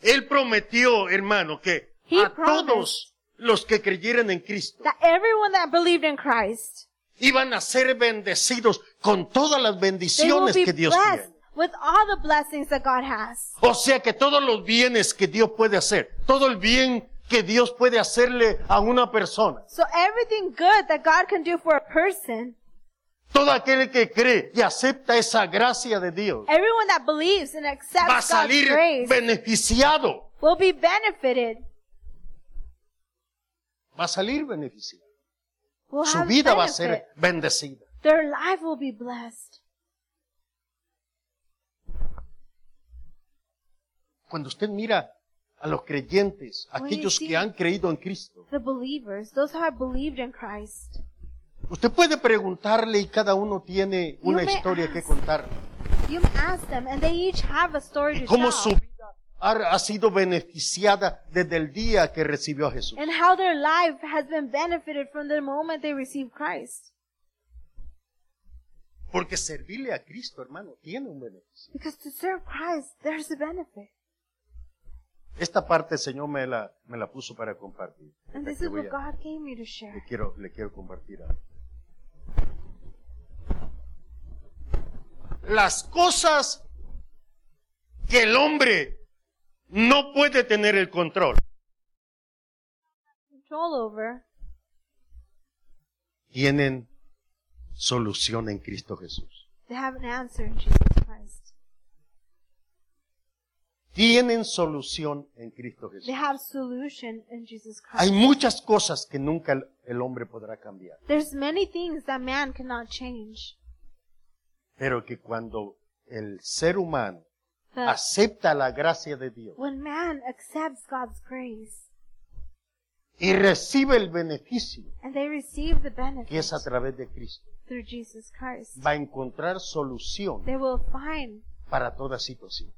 Speaker 1: Él prometió, hermano, que
Speaker 2: He
Speaker 1: a todos los que creyeran en Cristo
Speaker 2: That everyone that believed in Christ,
Speaker 1: iban a ser bendecidos con todas las
Speaker 2: they will
Speaker 1: bendiciones
Speaker 2: be
Speaker 1: que Dios
Speaker 2: blessed
Speaker 1: tiene.
Speaker 2: with all the blessings that God has.
Speaker 1: O sea que todos los bienes que Dios puede hacer, todo el bien que Dios puede hacerle a una persona,
Speaker 2: So everything good that God can do for a person,
Speaker 1: todo aquel que cree y acepta esa gracia de Dios,
Speaker 2: everyone that believes and
Speaker 1: va a
Speaker 2: accepts God's
Speaker 1: salir
Speaker 2: grace
Speaker 1: beneficiado.
Speaker 2: will be benefited.
Speaker 1: Va a salir beneficiado.
Speaker 2: Will
Speaker 1: Su
Speaker 2: have
Speaker 1: vida va a
Speaker 2: benefit.
Speaker 1: ser bendecida.
Speaker 2: Their life will be blessed.
Speaker 1: Cuando usted mira a los creyentes,
Speaker 2: Oye,
Speaker 1: aquellos
Speaker 2: sí.
Speaker 1: que han creído en Cristo,
Speaker 2: The believers, those who have believed in Christ,
Speaker 1: usted puede preguntarle y cada uno tiene
Speaker 2: You
Speaker 1: una
Speaker 2: may
Speaker 1: historia que
Speaker 2: ask.
Speaker 1: contar.
Speaker 2: you may ask them, and they each have a story to
Speaker 1: Cómo su
Speaker 2: tell,
Speaker 1: vida ha, ha sido beneficiada desde el día que recibió a Jesús.
Speaker 2: and how their life has been benefited from the moment they received Christ.
Speaker 1: Porque servirle a Cristo, hermano, tiene un beneficio.
Speaker 2: Because to serve Christ, there's a benefit.
Speaker 1: Esta parte el Señor me la, me la puso para compartir.
Speaker 2: And
Speaker 1: Esta
Speaker 2: this
Speaker 1: que
Speaker 2: is
Speaker 1: voy
Speaker 2: what
Speaker 1: a-
Speaker 2: God gave me to
Speaker 1: Le
Speaker 2: share.
Speaker 1: quiero, le quiero compartir algo. Las cosas que el hombre no puede tener el control,
Speaker 2: Control over
Speaker 1: tienen solución en Cristo Jesús.
Speaker 2: They have an answer in Jesus Christ.
Speaker 1: Tienen solución en Cristo
Speaker 2: They
Speaker 1: Jesús.
Speaker 2: have solution in Jesus
Speaker 1: Hay
Speaker 2: Christ.
Speaker 1: muchas cosas que nunca el- el hombre podrá cambiar,
Speaker 2: There's many things that man cannot change.
Speaker 1: pero que cuando el ser humano
Speaker 2: But
Speaker 1: acepta la gracia de Dios
Speaker 2: when man accepts God's grace
Speaker 1: y recibe el beneficio
Speaker 2: and they receive the
Speaker 1: que
Speaker 2: benefit
Speaker 1: es a través de Cristo,
Speaker 2: through Jesus Christ,
Speaker 1: va a encontrar solución
Speaker 2: they will find
Speaker 1: para toda situación.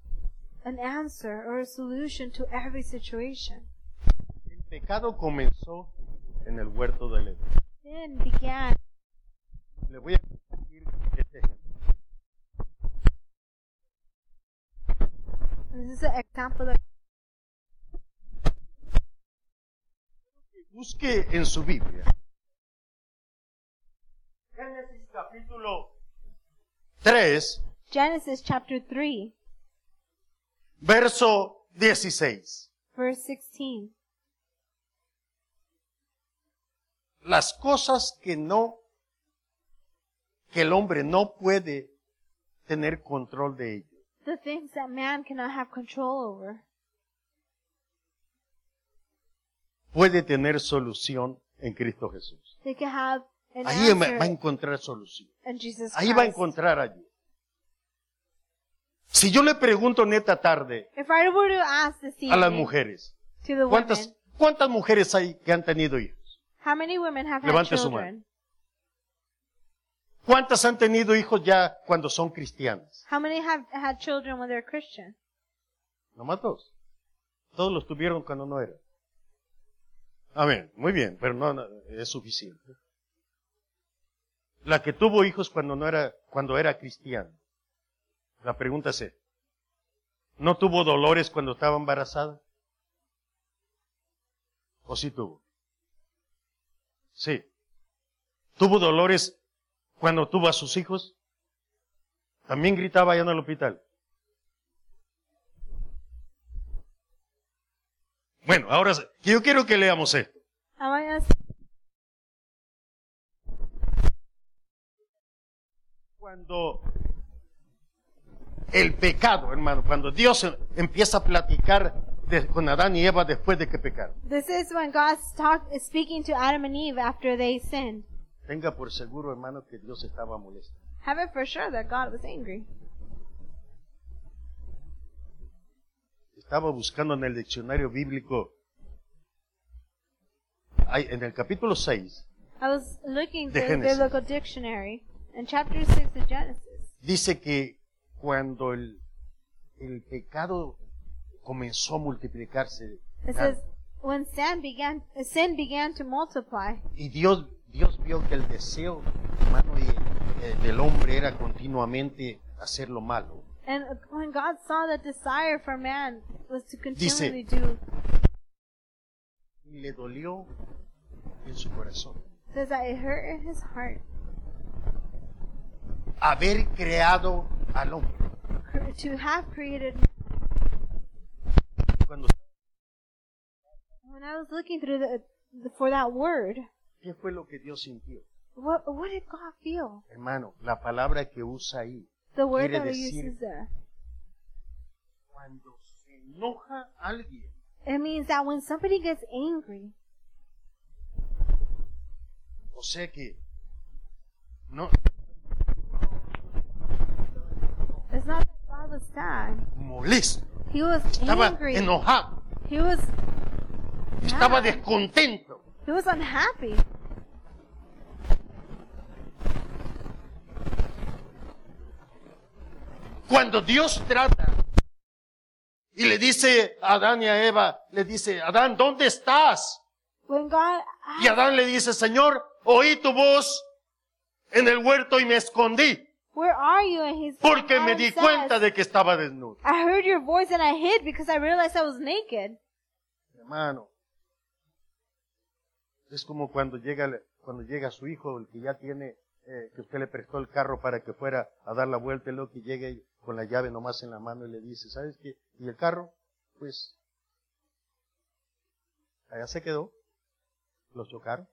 Speaker 2: an answer or a solution to every situation.
Speaker 1: El pecado comenzó en el huerto del Edén.
Speaker 2: Sin began.
Speaker 1: Le voy a decir este ejemplo.
Speaker 2: and This is an example of
Speaker 1: Busque en su Biblia. Génesis capítulo 3,
Speaker 2: Genesis chapter 3,
Speaker 1: verso 16.
Speaker 2: verse 16.
Speaker 1: Las cosas que no, que el hombre no puede tener control de ello.
Speaker 2: The things that man cannot have control over,
Speaker 1: Puede tener solución en Cristo Jesús.
Speaker 2: they can have an
Speaker 1: Ahí va va a
Speaker 2: answer
Speaker 1: encontrar solución.
Speaker 2: in Jesus
Speaker 1: Ahí va a
Speaker 2: Christ.
Speaker 1: encontrar ayuda. Si yo le pregunto en esta tarde
Speaker 2: If I were to ask this
Speaker 1: a las
Speaker 2: evening
Speaker 1: mujeres,
Speaker 2: to the
Speaker 1: ¿cuántas,
Speaker 2: women,
Speaker 1: cuántas mujeres hay que han tenido hijos?
Speaker 2: how many women have had
Speaker 1: Levante su
Speaker 2: children?
Speaker 1: ¿Cuántas han tenido hijos ya cuando son cristianas?
Speaker 2: How many have had children when they're Christian?
Speaker 1: Nomás dos. Todos los tuvieron cuando no eran. Amén. Muy bien, pero no, no, es suficiente. La que tuvo hijos cuando no era, cuando era cristiana. La pregunta es, esta. ¿no tuvo dolores cuando estaba embarazada? ¿O sí tuvo? Sí. ¿Tuvo dolores cuando tuvo a sus hijos? También gritaba allá en el hospital. Bueno, ahora sí, yo quiero que leamos esto.
Speaker 2: I want us
Speaker 1: Cuando el pecado, hermano, cuando Dios em- empieza a platicar de- con Adán y Eva después de que pecaron,
Speaker 2: This is when God's talk is speaking to Adam and Eve after they sinned.
Speaker 1: tenga por seguro, hermano, que Dios estaba molesto.
Speaker 2: Have it for sure that God was angry.
Speaker 1: Estaba buscando en el diccionario bíblico, hay- en el capítulo 6,
Speaker 2: I was looking
Speaker 1: De
Speaker 2: through the
Speaker 1: Génesis.
Speaker 2: biblical dictionary in chapter 6 of Genesis.
Speaker 1: dice que cuando el, el pecado comenzó a multiplicarse
Speaker 2: It says, when sin began, sin began to multiply,
Speaker 1: y Dios, Dios vio que el deseo Hermano, y eh, del hombre era continuamente hacer lo malo.
Speaker 2: And when God saw that desire for man was to
Speaker 1: Dice-
Speaker 2: continually do,
Speaker 1: Y le dolió en su corazón.
Speaker 2: says that it hurt his heart
Speaker 1: Haber creado al hombre.
Speaker 2: cr- to have created.
Speaker 1: Cuando,
Speaker 2: When I was looking through the, the for that word,
Speaker 1: ¿Qué fue lo que Dios sintió?
Speaker 2: what what did God feel?
Speaker 1: Hermano, la palabra que usa ahí.
Speaker 2: The word
Speaker 1: Quiere
Speaker 2: that he
Speaker 1: decir-
Speaker 2: uses there.
Speaker 1: Cuando se enoja alguien,
Speaker 2: It means that when somebody gets angry,
Speaker 1: o sea que no
Speaker 2: it's not that God was sad.
Speaker 1: molesta,
Speaker 2: He was
Speaker 1: estaba
Speaker 2: angry.
Speaker 1: enojado,
Speaker 2: He was
Speaker 1: estaba
Speaker 2: mad.
Speaker 1: descontento.
Speaker 2: He was unhappy.
Speaker 1: Cuando Dios trata y le dice a Adán y a Eva, le dice, Adán, ¿dónde estás?
Speaker 2: When God
Speaker 1: Y
Speaker 2: asked,
Speaker 1: Adán le dice, Señor, oí tu voz en el huerto y me escondí
Speaker 2: "Where are you?" and he's
Speaker 1: porque
Speaker 2: God
Speaker 1: me di
Speaker 2: says,
Speaker 1: cuenta de que estaba desnudo.
Speaker 2: I heard your voice and I hid because I realized I was naked.
Speaker 1: Hermano, es como cuando llega, cuando llega su hijo, el que ya tiene, eh, que usted le prestó el carro para que fuera a dar la vuelta, y luego que llegue con la llave nomás en la mano y le dice, ¿sabes qué? ¿Y el carro? Pues, allá se quedó, los chocaron.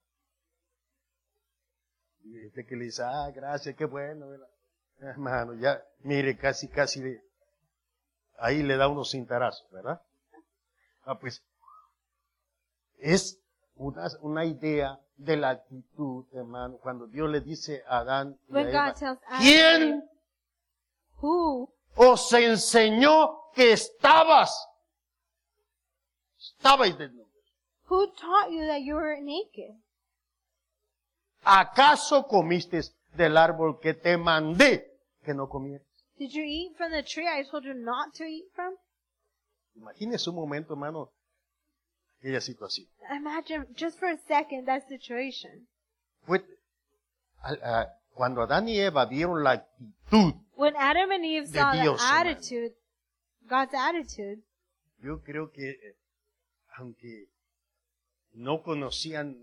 Speaker 1: Y este que le dice, ah, gracias, qué bueno, ¿verdad? Hermano, ya, mire, casi, casi, le- ahí le da unos cintarazos, ¿verdad? Ah, pues, es una, una idea de la actitud, hermano, cuando Dios le dice a Adán, y a
Speaker 2: When
Speaker 1: Eva,
Speaker 2: God tells Adam,
Speaker 1: ¿quién
Speaker 2: "Who
Speaker 1: os enseñó que estabas? Estabais desnudo.
Speaker 2: who taught you that you were naked?
Speaker 1: ¿Acaso comiste del árbol que te mandé que no comieras?
Speaker 2: Did you eat from the tree I told you not to eat from?"
Speaker 1: Imagínese un momento, hermano, aquella situación.
Speaker 2: Imagine just for a second that situation.
Speaker 1: Fue- al- a- cuando Adán y Eva vieron la actitud,
Speaker 2: When Adam and Eve
Speaker 1: De
Speaker 2: saw
Speaker 1: Dios,
Speaker 2: the
Speaker 1: hermano.
Speaker 2: attitude, God's attitude,
Speaker 1: yo creo que, eh, aunque no conocían,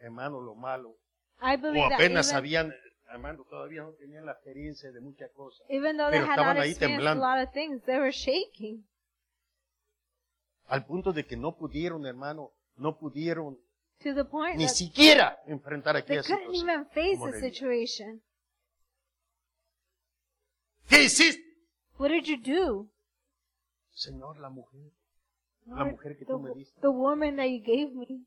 Speaker 1: hermano, lo malo,
Speaker 2: I believe
Speaker 1: o
Speaker 2: that
Speaker 1: Oh, apenas
Speaker 2: even,
Speaker 1: sabían, hermano, todavía no tenían la experiencia de muchas cosas.
Speaker 2: even though they
Speaker 1: pero
Speaker 2: had
Speaker 1: estaban
Speaker 2: not
Speaker 1: ahí
Speaker 2: experienced a
Speaker 1: temblando.
Speaker 2: lot of things, they were shaking.
Speaker 1: al punto de que no pudieron, hermano, no pudieron
Speaker 2: to the point
Speaker 1: ni
Speaker 2: that
Speaker 1: siquiera enfrentar
Speaker 2: they
Speaker 1: aquella
Speaker 2: couldn't
Speaker 1: situación.
Speaker 2: even face
Speaker 1: como
Speaker 2: the
Speaker 1: le digo.
Speaker 2: situation.
Speaker 1: ¿Qué hiciste?
Speaker 2: What did you do?
Speaker 1: Señor, la mujer, La
Speaker 2: Lord,
Speaker 1: mujer que tú me
Speaker 2: the,
Speaker 1: diste.
Speaker 2: the woman that you gave me.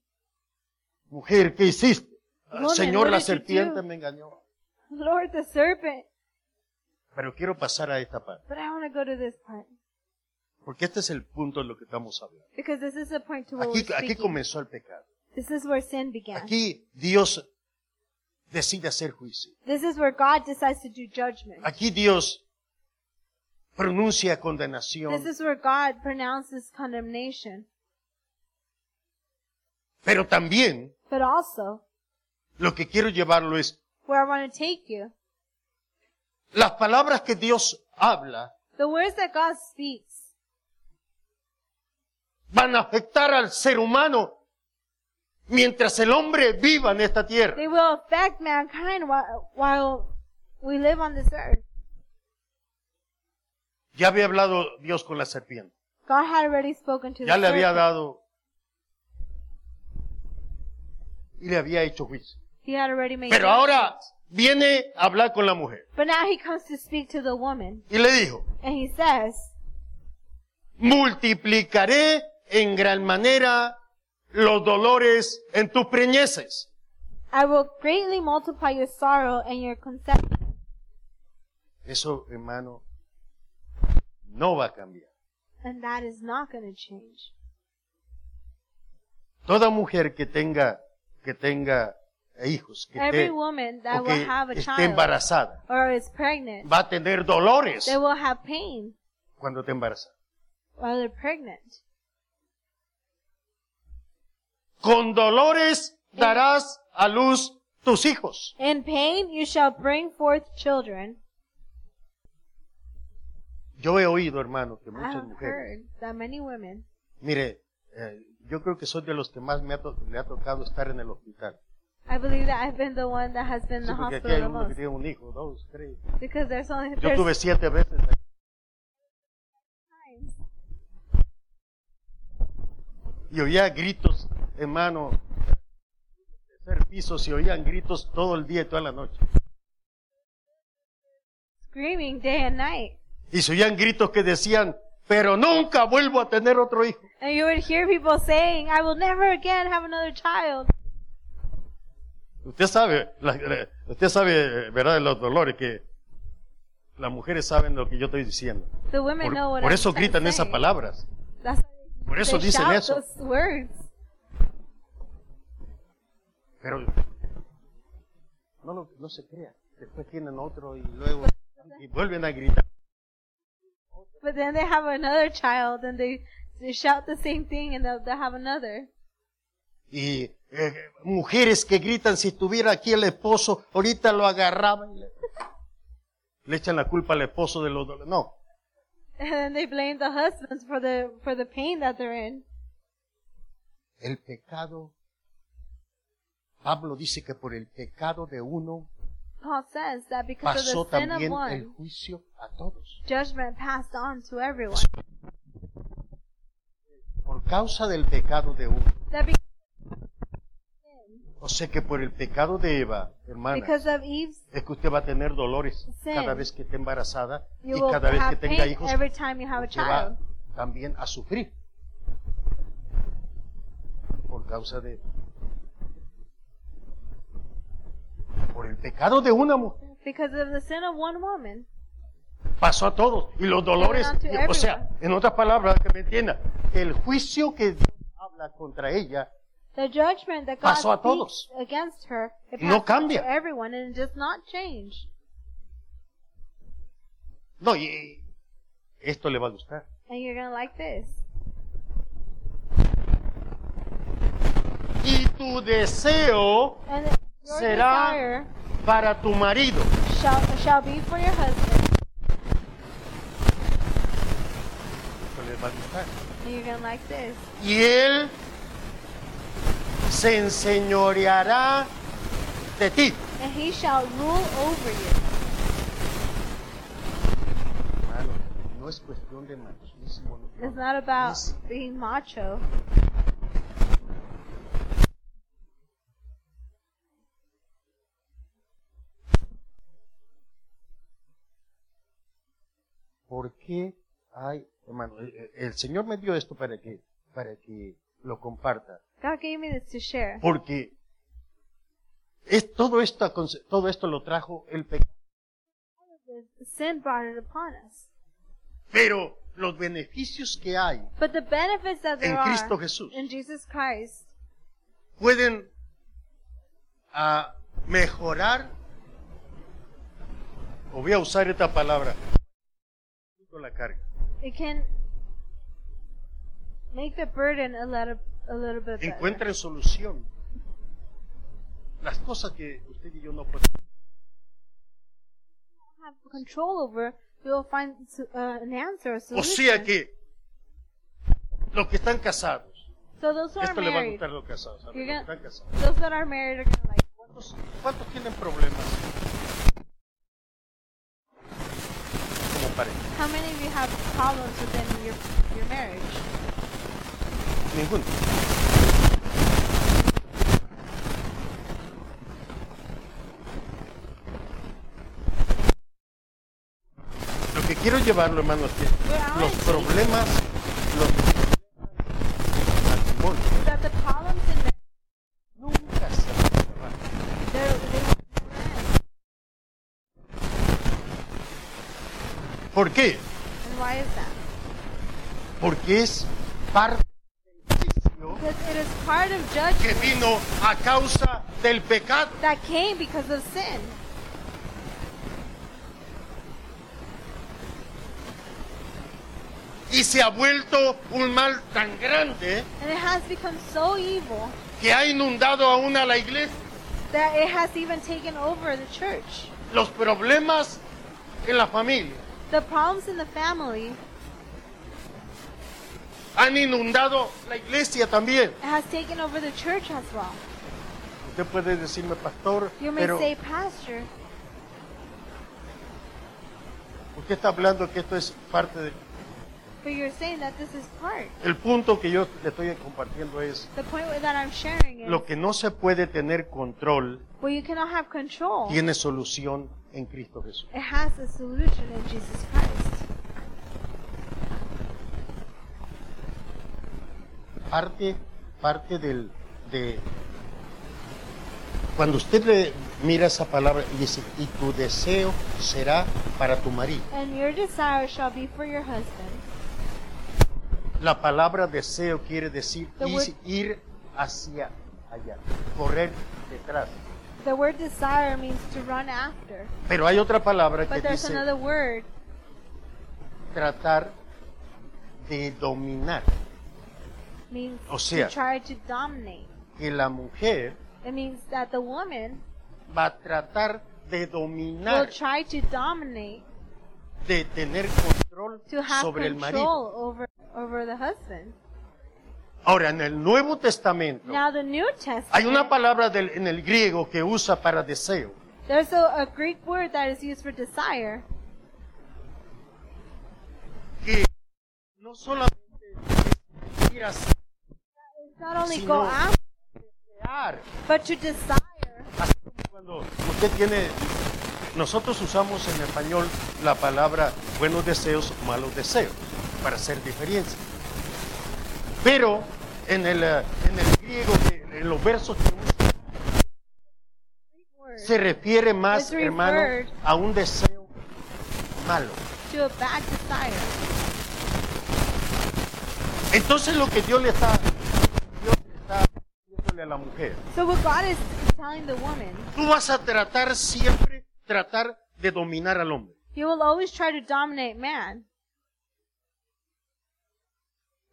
Speaker 1: mujer, ¿qué hiciste? Ah,
Speaker 2: Woman,
Speaker 1: Señor,
Speaker 2: what
Speaker 1: la
Speaker 2: did you
Speaker 1: serpiente
Speaker 2: do?
Speaker 1: me engañó.
Speaker 2: Lord, the serpent.
Speaker 1: Pero quiero pasar a esta parte,
Speaker 2: But I want to go to this part
Speaker 1: porque este es el punto de lo que estamos hablando.
Speaker 2: because this is the point to what
Speaker 1: Aquí,
Speaker 2: we're
Speaker 1: aquí
Speaker 2: speaking.
Speaker 1: comenzó el pecado.
Speaker 2: This is where sin began.
Speaker 1: Aquí Dios decide hacer juicio.
Speaker 2: This is where God decides to do judgment.
Speaker 1: Aquí Dios pronuncia
Speaker 2: This
Speaker 1: condenación,
Speaker 2: is where God pronounces condemnation.
Speaker 1: pero también
Speaker 2: But also,
Speaker 1: lo que quiero llevarlo es
Speaker 2: where I want to take you,
Speaker 1: las palabras que Dios habla
Speaker 2: the words that God speaks
Speaker 1: van a afectar al ser humano mientras el hombre viva en esta tierra.
Speaker 2: They will affect mankind while, while we live on this earth.
Speaker 1: Ya había hablado Dios con la serpiente,
Speaker 2: God had already spoken to
Speaker 1: ya
Speaker 2: the
Speaker 1: le había
Speaker 2: serpent.
Speaker 1: dado y le había hecho juicio.
Speaker 2: He had already made
Speaker 1: Pero
Speaker 2: judgment.
Speaker 1: ahora viene a hablar con la mujer
Speaker 2: But now he comes to speak to the woman,
Speaker 1: y le dijo,
Speaker 2: and he says,
Speaker 1: multiplicaré en gran manera los dolores en tus preñeces.
Speaker 2: I will greatly multiply your sorrow and your conception.
Speaker 1: Eso, hermano, no va a cambiar.
Speaker 2: And that is not going to change.
Speaker 1: Toda mujer que tenga, que tenga hijos, que,
Speaker 2: Every
Speaker 1: te-
Speaker 2: woman that
Speaker 1: o
Speaker 2: will
Speaker 1: que
Speaker 2: have a
Speaker 1: esté
Speaker 2: child
Speaker 1: embarazada
Speaker 2: or is pregnant,
Speaker 1: va a tener dolores
Speaker 2: they will have pain
Speaker 1: cuando te embarazas.
Speaker 2: while they're pregnant. Eh.
Speaker 1: Con dolores darás a luz tus hijos.
Speaker 2: In pain you shall bring forth children.
Speaker 1: Yo he oído, hermano, que
Speaker 2: I
Speaker 1: muchas
Speaker 2: have
Speaker 1: mujeres,
Speaker 2: heard that many women,
Speaker 1: mire, eh, yo creo que soy de los que más me ha to- le ha tocado estar en el hospital.
Speaker 2: I believe that I've been the one that has been in
Speaker 1: Sí,
Speaker 2: the
Speaker 1: porque aquí hay
Speaker 2: hospital the
Speaker 1: uno que
Speaker 2: most.
Speaker 1: tiene un hijo, dos, tres.
Speaker 2: Because there's only
Speaker 1: Yo
Speaker 2: there's
Speaker 1: tuve siete veces.
Speaker 2: times.
Speaker 1: y oía gritos, hermano, tercer piso, se oían gritos todo el día y toda la noche.
Speaker 2: Screaming day and night.
Speaker 1: Y se oían gritos que decían, pero nunca vuelvo a tener otro hijo.
Speaker 2: And you would hear people saying, I will never again have another child.
Speaker 1: Usted sabe, la- la- usted sabe, eh, ¿verdad?, de los dolores que las mujeres saben lo que yo estoy diciendo.
Speaker 2: The women
Speaker 1: Por,
Speaker 2: know what
Speaker 1: por
Speaker 2: I'm
Speaker 1: eso
Speaker 2: trying to
Speaker 1: gritan esas
Speaker 2: say.
Speaker 1: palabras.
Speaker 2: That's
Speaker 1: Por eso
Speaker 2: they
Speaker 1: dicen
Speaker 2: shout
Speaker 1: eso.
Speaker 2: those words.
Speaker 1: Pero no, lo- no se crea. Después tienen otro y luego y vuelven a gritar.
Speaker 2: But then they have another child and they, they shout the same thing and they'll, they'll have another.
Speaker 1: Y eh, mujeres que gritan, si estuviera aquí el esposo, ahorita lo agarraba y le, le echan la culpa al esposo de los dolores. No,
Speaker 2: And then they blame the husbands for the, for the pain that they're in.
Speaker 1: el pecado. Pablo dice que por el pecado de uno
Speaker 2: Paul says that because
Speaker 1: pasó
Speaker 2: of the sin of
Speaker 1: también
Speaker 2: one,
Speaker 1: el juicio a todos.
Speaker 2: judgment passed on to everyone.
Speaker 1: Por causa del pecado de uno.
Speaker 2: That be-
Speaker 1: O sea que por el pecado de Eva, hermana,
Speaker 2: because of Eve's
Speaker 1: es que usted va a tener dolores
Speaker 2: Sin.
Speaker 1: cada vez que esté embarazada
Speaker 2: You
Speaker 1: y
Speaker 2: will
Speaker 1: cada vez que
Speaker 2: have
Speaker 1: tenga
Speaker 2: pain
Speaker 1: hijos,
Speaker 2: every time you have a
Speaker 1: que va
Speaker 2: child
Speaker 1: también a sufrir por causa de por el pecado de una mujer
Speaker 2: because of the sin of one woman.
Speaker 1: pasó a todos y los dolores
Speaker 2: It went on to
Speaker 1: y- o
Speaker 2: everyone.
Speaker 1: sea en otras palabras que me entienda el juicio que Dios habla contra ella
Speaker 2: The judgment that God
Speaker 1: Pasó a
Speaker 2: speaks against her it
Speaker 1: No
Speaker 2: passes on
Speaker 1: cambia.
Speaker 2: to everyone and it does not change.
Speaker 1: no y- y esto le va a gustar
Speaker 2: And you're gonna like this.
Speaker 1: y tu deseo
Speaker 2: And your
Speaker 1: Será-
Speaker 2: desire
Speaker 1: para tu marido
Speaker 2: shall shall be for your husband,
Speaker 1: esto le va a gustar
Speaker 2: and you're gonna like this.
Speaker 1: y él se enseñoreará de ti.
Speaker 2: And he shall rule over you.
Speaker 1: Hermano, no es cuestión de machismo. no.
Speaker 2: It's not about
Speaker 1: Es-
Speaker 2: being macho.
Speaker 1: ¿Por qué hay, hermano, eh, eh, el Señor me dio esto para que, para que lo comparta?
Speaker 2: God gave me this to share
Speaker 1: Porque es, todo, esto, aconse- todo esto lo trajo el pecado,
Speaker 2: sin brought it upon us.
Speaker 1: pero los beneficios que hay
Speaker 2: But the benefits that there
Speaker 1: en Cristo
Speaker 2: are
Speaker 1: Jesús
Speaker 2: in Jesus Christ
Speaker 1: pueden ah, mejorar, o voy a usar esta palabra, con la carga.
Speaker 2: it can make the burden a little a little bit better.
Speaker 1: encuentren solución. Las cosas que usted y yo no podemos.
Speaker 2: have control over, you will find so- uh, an answer. A
Speaker 1: O
Speaker 2: solution.
Speaker 1: sea que los que están casados,
Speaker 2: so those who are
Speaker 1: esto le va a
Speaker 2: married,
Speaker 1: gustar a los casados, a los
Speaker 2: You're
Speaker 1: que
Speaker 2: gonna-
Speaker 1: están casados.
Speaker 2: those that are married are gonna like.
Speaker 1: ¿Cuántos, cuántos tienen problemas? Como pareja,
Speaker 2: How many of you have problems within your your marriage?
Speaker 1: ninguno. Lo que quiero llevarlo, hermano, es que
Speaker 2: Where
Speaker 1: los
Speaker 2: I wanna see
Speaker 1: problemas, los matrimonios
Speaker 2: is that the problems in marriage
Speaker 1: nunca se van a acabar.
Speaker 2: they're, they won't end.
Speaker 1: ¿Por qué?
Speaker 2: And why is that?
Speaker 1: Porque es parte del juicio
Speaker 2: Because it is part of
Speaker 1: que
Speaker 2: judgment
Speaker 1: vino a causa del pecado.
Speaker 2: that came because of sin.
Speaker 1: Y se ha vuelto un mal tan grande
Speaker 2: And it has become so evil
Speaker 1: que ha inundado aún a la iglesia.
Speaker 2: that it has even taken over the church.
Speaker 1: Los problemas en la familia
Speaker 2: The problems in the family
Speaker 1: han inundado la iglesia también.
Speaker 2: has taken over the church as well.
Speaker 1: Usted puede decirme, pastor,
Speaker 2: You may
Speaker 1: pero
Speaker 2: say, Pastor,
Speaker 1: usted está hablando que esto es parte del...
Speaker 2: but you're saying that this is part.
Speaker 1: El punto que yo le estoy compartiendo es,
Speaker 2: The point that I'm sharing is,
Speaker 1: lo que no se puede tener control
Speaker 2: well, you cannot have control.
Speaker 1: tiene solución en Cristo Jesús.
Speaker 2: It has a solution in Jesus Christ.
Speaker 1: parte, parte del, de cuando usted le mira esa palabra y dice, y tu deseo será para tu marido.
Speaker 2: And your desire shall be for your husband.
Speaker 1: La palabra deseo quiere decir
Speaker 2: The
Speaker 1: is-
Speaker 2: word-
Speaker 1: ir hacia allá, correr detrás.
Speaker 2: The word desire means to run after.
Speaker 1: Pero hay otra palabra que
Speaker 2: But there's
Speaker 1: dice
Speaker 2: another word
Speaker 1: tratar de dominar.
Speaker 2: means
Speaker 1: O sea-
Speaker 2: to try to dominate.
Speaker 1: Que la mujer
Speaker 2: It means that the woman
Speaker 1: va a tratar de
Speaker 2: will
Speaker 1: dominar,
Speaker 2: try to dominate
Speaker 1: de tener control
Speaker 2: to have
Speaker 1: sobre el marido.
Speaker 2: control over over the husband.
Speaker 1: Ahora, en el Nuevo Testamento,
Speaker 2: Now the New Testament
Speaker 1: Hay una palabra del- en el griego que usa para deseo.
Speaker 2: there's a, a Greek word that is used for desire
Speaker 1: No solamente es ir a
Speaker 2: It's not only
Speaker 1: Si
Speaker 2: go
Speaker 1: no-
Speaker 2: after
Speaker 1: desear,
Speaker 2: but to desire.
Speaker 1: así como cuando usted tiene, nosotros usamos en español la palabra buenos deseos, malos deseos, para hacer diferencia. Pero en el, eh, en el griego, que- en los versos que usa,
Speaker 2: Word,
Speaker 1: se refiere más,
Speaker 2: It's
Speaker 1: hermano,
Speaker 2: referred-
Speaker 1: a un deseo malo.
Speaker 2: to a bad desire.
Speaker 1: Entonces lo que Dios le está, Dios le está diciéndole a la mujer.
Speaker 2: So what God is telling the woman,
Speaker 1: Tú vas a tratar siempre, tratar de dominar al hombre.
Speaker 2: you will always try to dominate man.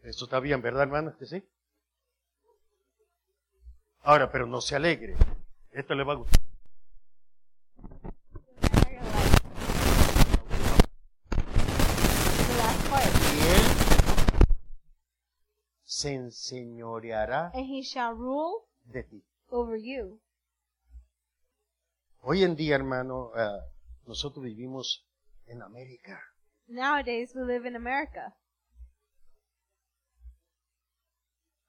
Speaker 1: Eso está bien, ¿verdad, hermana? ¿Que sí? Ahora, pero no se alegre. Esto le va a gustar.
Speaker 2: You're like- The last part.
Speaker 1: Y él se enseñoreará
Speaker 2: And he shall rule
Speaker 1: de ti.
Speaker 2: over you.
Speaker 1: Hoy en día, hermano, ah, nosotros vivimos en América.
Speaker 2: Nowadays we live in America.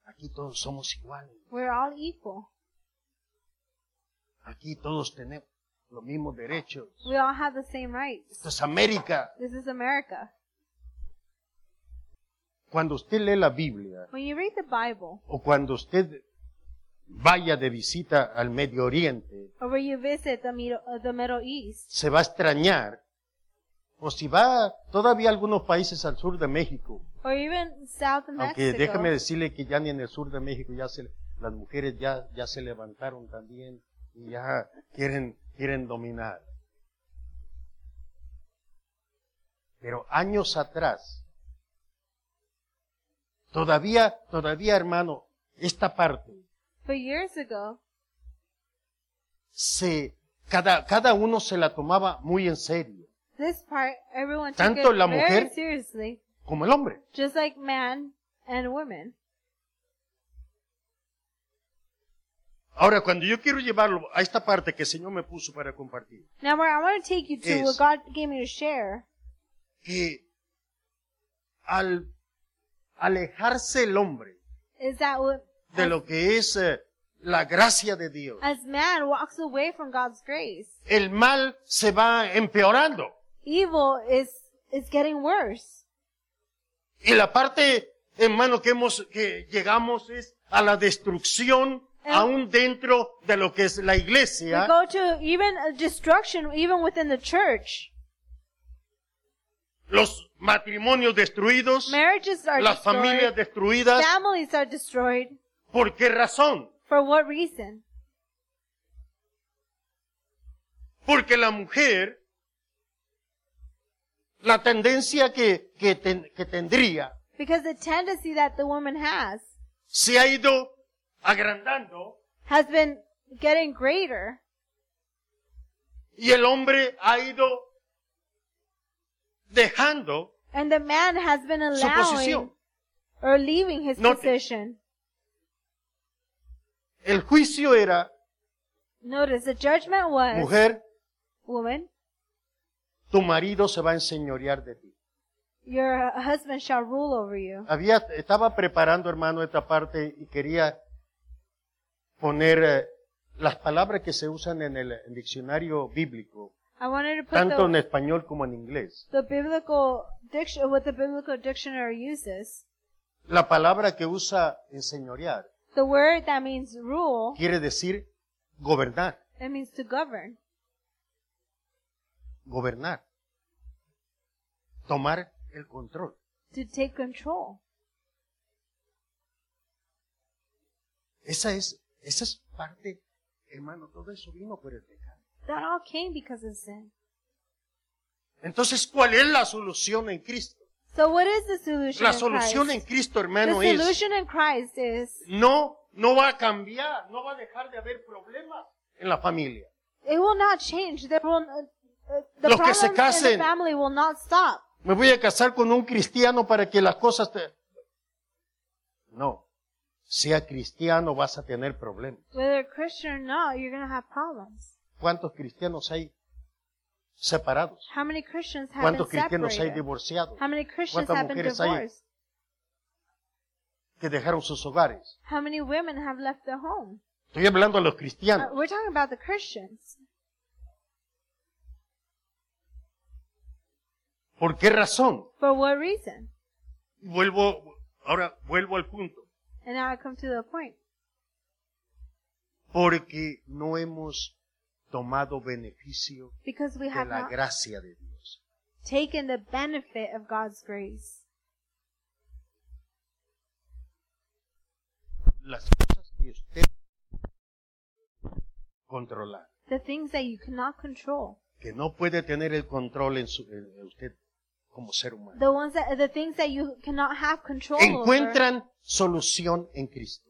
Speaker 1: Aquí todos somos iguales.
Speaker 2: We're all equal.
Speaker 1: Aquí todos tenemos los mismos derechos.
Speaker 2: We all have the same rights.
Speaker 1: Esto es América.
Speaker 2: This is America.
Speaker 1: Cuando usted lee la Biblia,
Speaker 2: When you read the Bible,
Speaker 1: o cuando usted vaya de visita al Medio Oriente,
Speaker 2: or where you visit the Middle, uh, the Middle East,
Speaker 1: se va a extrañar, o si va todavía a algunos países al sur de México,
Speaker 2: or even South of
Speaker 1: aunque
Speaker 2: Mexico,
Speaker 1: déjame decirle que ya ni en el sur de México ya se, las mujeres ya, ya se levantaron también y ya quieren, quieren dominar. Pero años atrás, todavía, todavía hermano, esta parte,
Speaker 2: for years ago,
Speaker 1: se cada, cada uno se la tomaba muy en serio,
Speaker 2: this part everyone took
Speaker 1: Tanto
Speaker 2: it
Speaker 1: la
Speaker 2: very
Speaker 1: mujer-
Speaker 2: seriously,
Speaker 1: como el hombre.
Speaker 2: just like man and woman.
Speaker 1: Ahora, cuando yo quiero llevarlo a esta parte que el Señor me puso para compartir,
Speaker 2: Now, where I want to take you to
Speaker 1: Is-
Speaker 2: what God gave me to share
Speaker 1: que al alejarse el hombre
Speaker 2: is that what,
Speaker 1: de lo que es eh, la gracia de Dios,
Speaker 2: as man walks away from God's grace,
Speaker 1: el mal se va empeorando.
Speaker 2: evil is is getting worse.
Speaker 1: Y la parte, hermano, que hemos, que llegamos es a la destrucción aún dentro de lo que es la iglesia.
Speaker 2: We go to even a destruction, even within the church.
Speaker 1: los matrimonios destruidos,
Speaker 2: Marriages are
Speaker 1: las familias
Speaker 2: destroyed.
Speaker 1: destruidas.
Speaker 2: Families are destroyed.
Speaker 1: ¿Por qué razón?
Speaker 2: For what reason?
Speaker 1: Porque la mujer, la tendencia que, que, ten- que tendría,
Speaker 2: Because the tendency that the woman has
Speaker 1: se ha ido agrandando
Speaker 2: has been getting greater.
Speaker 1: Y el hombre ha ido dejando
Speaker 2: And the man has been
Speaker 1: su
Speaker 2: allowing
Speaker 1: posición.
Speaker 2: or leaving his
Speaker 1: Notice.
Speaker 2: position.
Speaker 1: El juicio era,
Speaker 2: Notice the judgment was
Speaker 1: mujer,
Speaker 2: woman,
Speaker 1: tu marido se va a enseñorear de ti.
Speaker 2: your husband shall rule over you.
Speaker 1: Había, estaba preparando, hermano, esta parte y quería poner eh, las palabras que se usan en el diccionario bíblico,
Speaker 2: I wanted to put
Speaker 1: tanto en
Speaker 2: the,
Speaker 1: español como en inglés.
Speaker 2: the biblical diction what the biblical dictionary uses.
Speaker 1: La palabra que usa enseñorear
Speaker 2: The word that means rule,
Speaker 1: quiere decir gobernar,
Speaker 2: it means to govern,
Speaker 1: gobernar, tomar el control.
Speaker 2: to take control.
Speaker 1: Esa es, esa es parte, hermano, todo eso vino por el pecado.
Speaker 2: That all came because of sin.
Speaker 1: Entonces, ¿cuál es la solución en Cristo?
Speaker 2: So what is the solution
Speaker 1: La
Speaker 2: in
Speaker 1: solución en
Speaker 2: Christ?
Speaker 1: Cristo,
Speaker 2: The
Speaker 1: hermano, es
Speaker 2: solution in Christ is
Speaker 1: no, no va a cambiar, no va a dejar de haber problemas en la familia.
Speaker 2: it will not change. There will uh, uh, the
Speaker 1: Los que
Speaker 2: problems
Speaker 1: se
Speaker 2: in
Speaker 1: casen.
Speaker 2: the family will not stop.
Speaker 1: Me voy a casar con un cristiano para que las cosas te... No, sea cristiano vas a tener problemas.
Speaker 2: Whether Christian or not, you're gonna have problems.
Speaker 1: ¿Cuántos cristianos hay separados?
Speaker 2: How many Christians have been
Speaker 1: ¿Cuántos cristianos hay
Speaker 2: separated?
Speaker 1: divorciados?
Speaker 2: How many Christians
Speaker 1: ¿Cuántas
Speaker 2: have been
Speaker 1: mujeres hay?
Speaker 2: divorced?
Speaker 1: Que dejaron sus hogares.
Speaker 2: How many women have left their home?
Speaker 1: Estoy hablando a los
Speaker 2: Uh,
Speaker 1: cristianos.
Speaker 2: we're talking about the Christians. Uh,
Speaker 1: ¿Por qué razón?
Speaker 2: For what reason?
Speaker 1: Vuelvo, ahora vuelvo al punto.
Speaker 2: And now I come to the point.
Speaker 1: Porque no hemos tomado beneficio
Speaker 2: Because we
Speaker 1: de
Speaker 2: have
Speaker 1: la
Speaker 2: not
Speaker 1: gracia de Dios.
Speaker 2: taken the benefit of God's grace.
Speaker 1: Las cosas que usted controlar,
Speaker 2: The things that you cannot control.
Speaker 1: que no puede tener el control en, su- en usted como ser humano,
Speaker 2: The ones that the things that you cannot have control over
Speaker 1: encuentran solución en Cristo.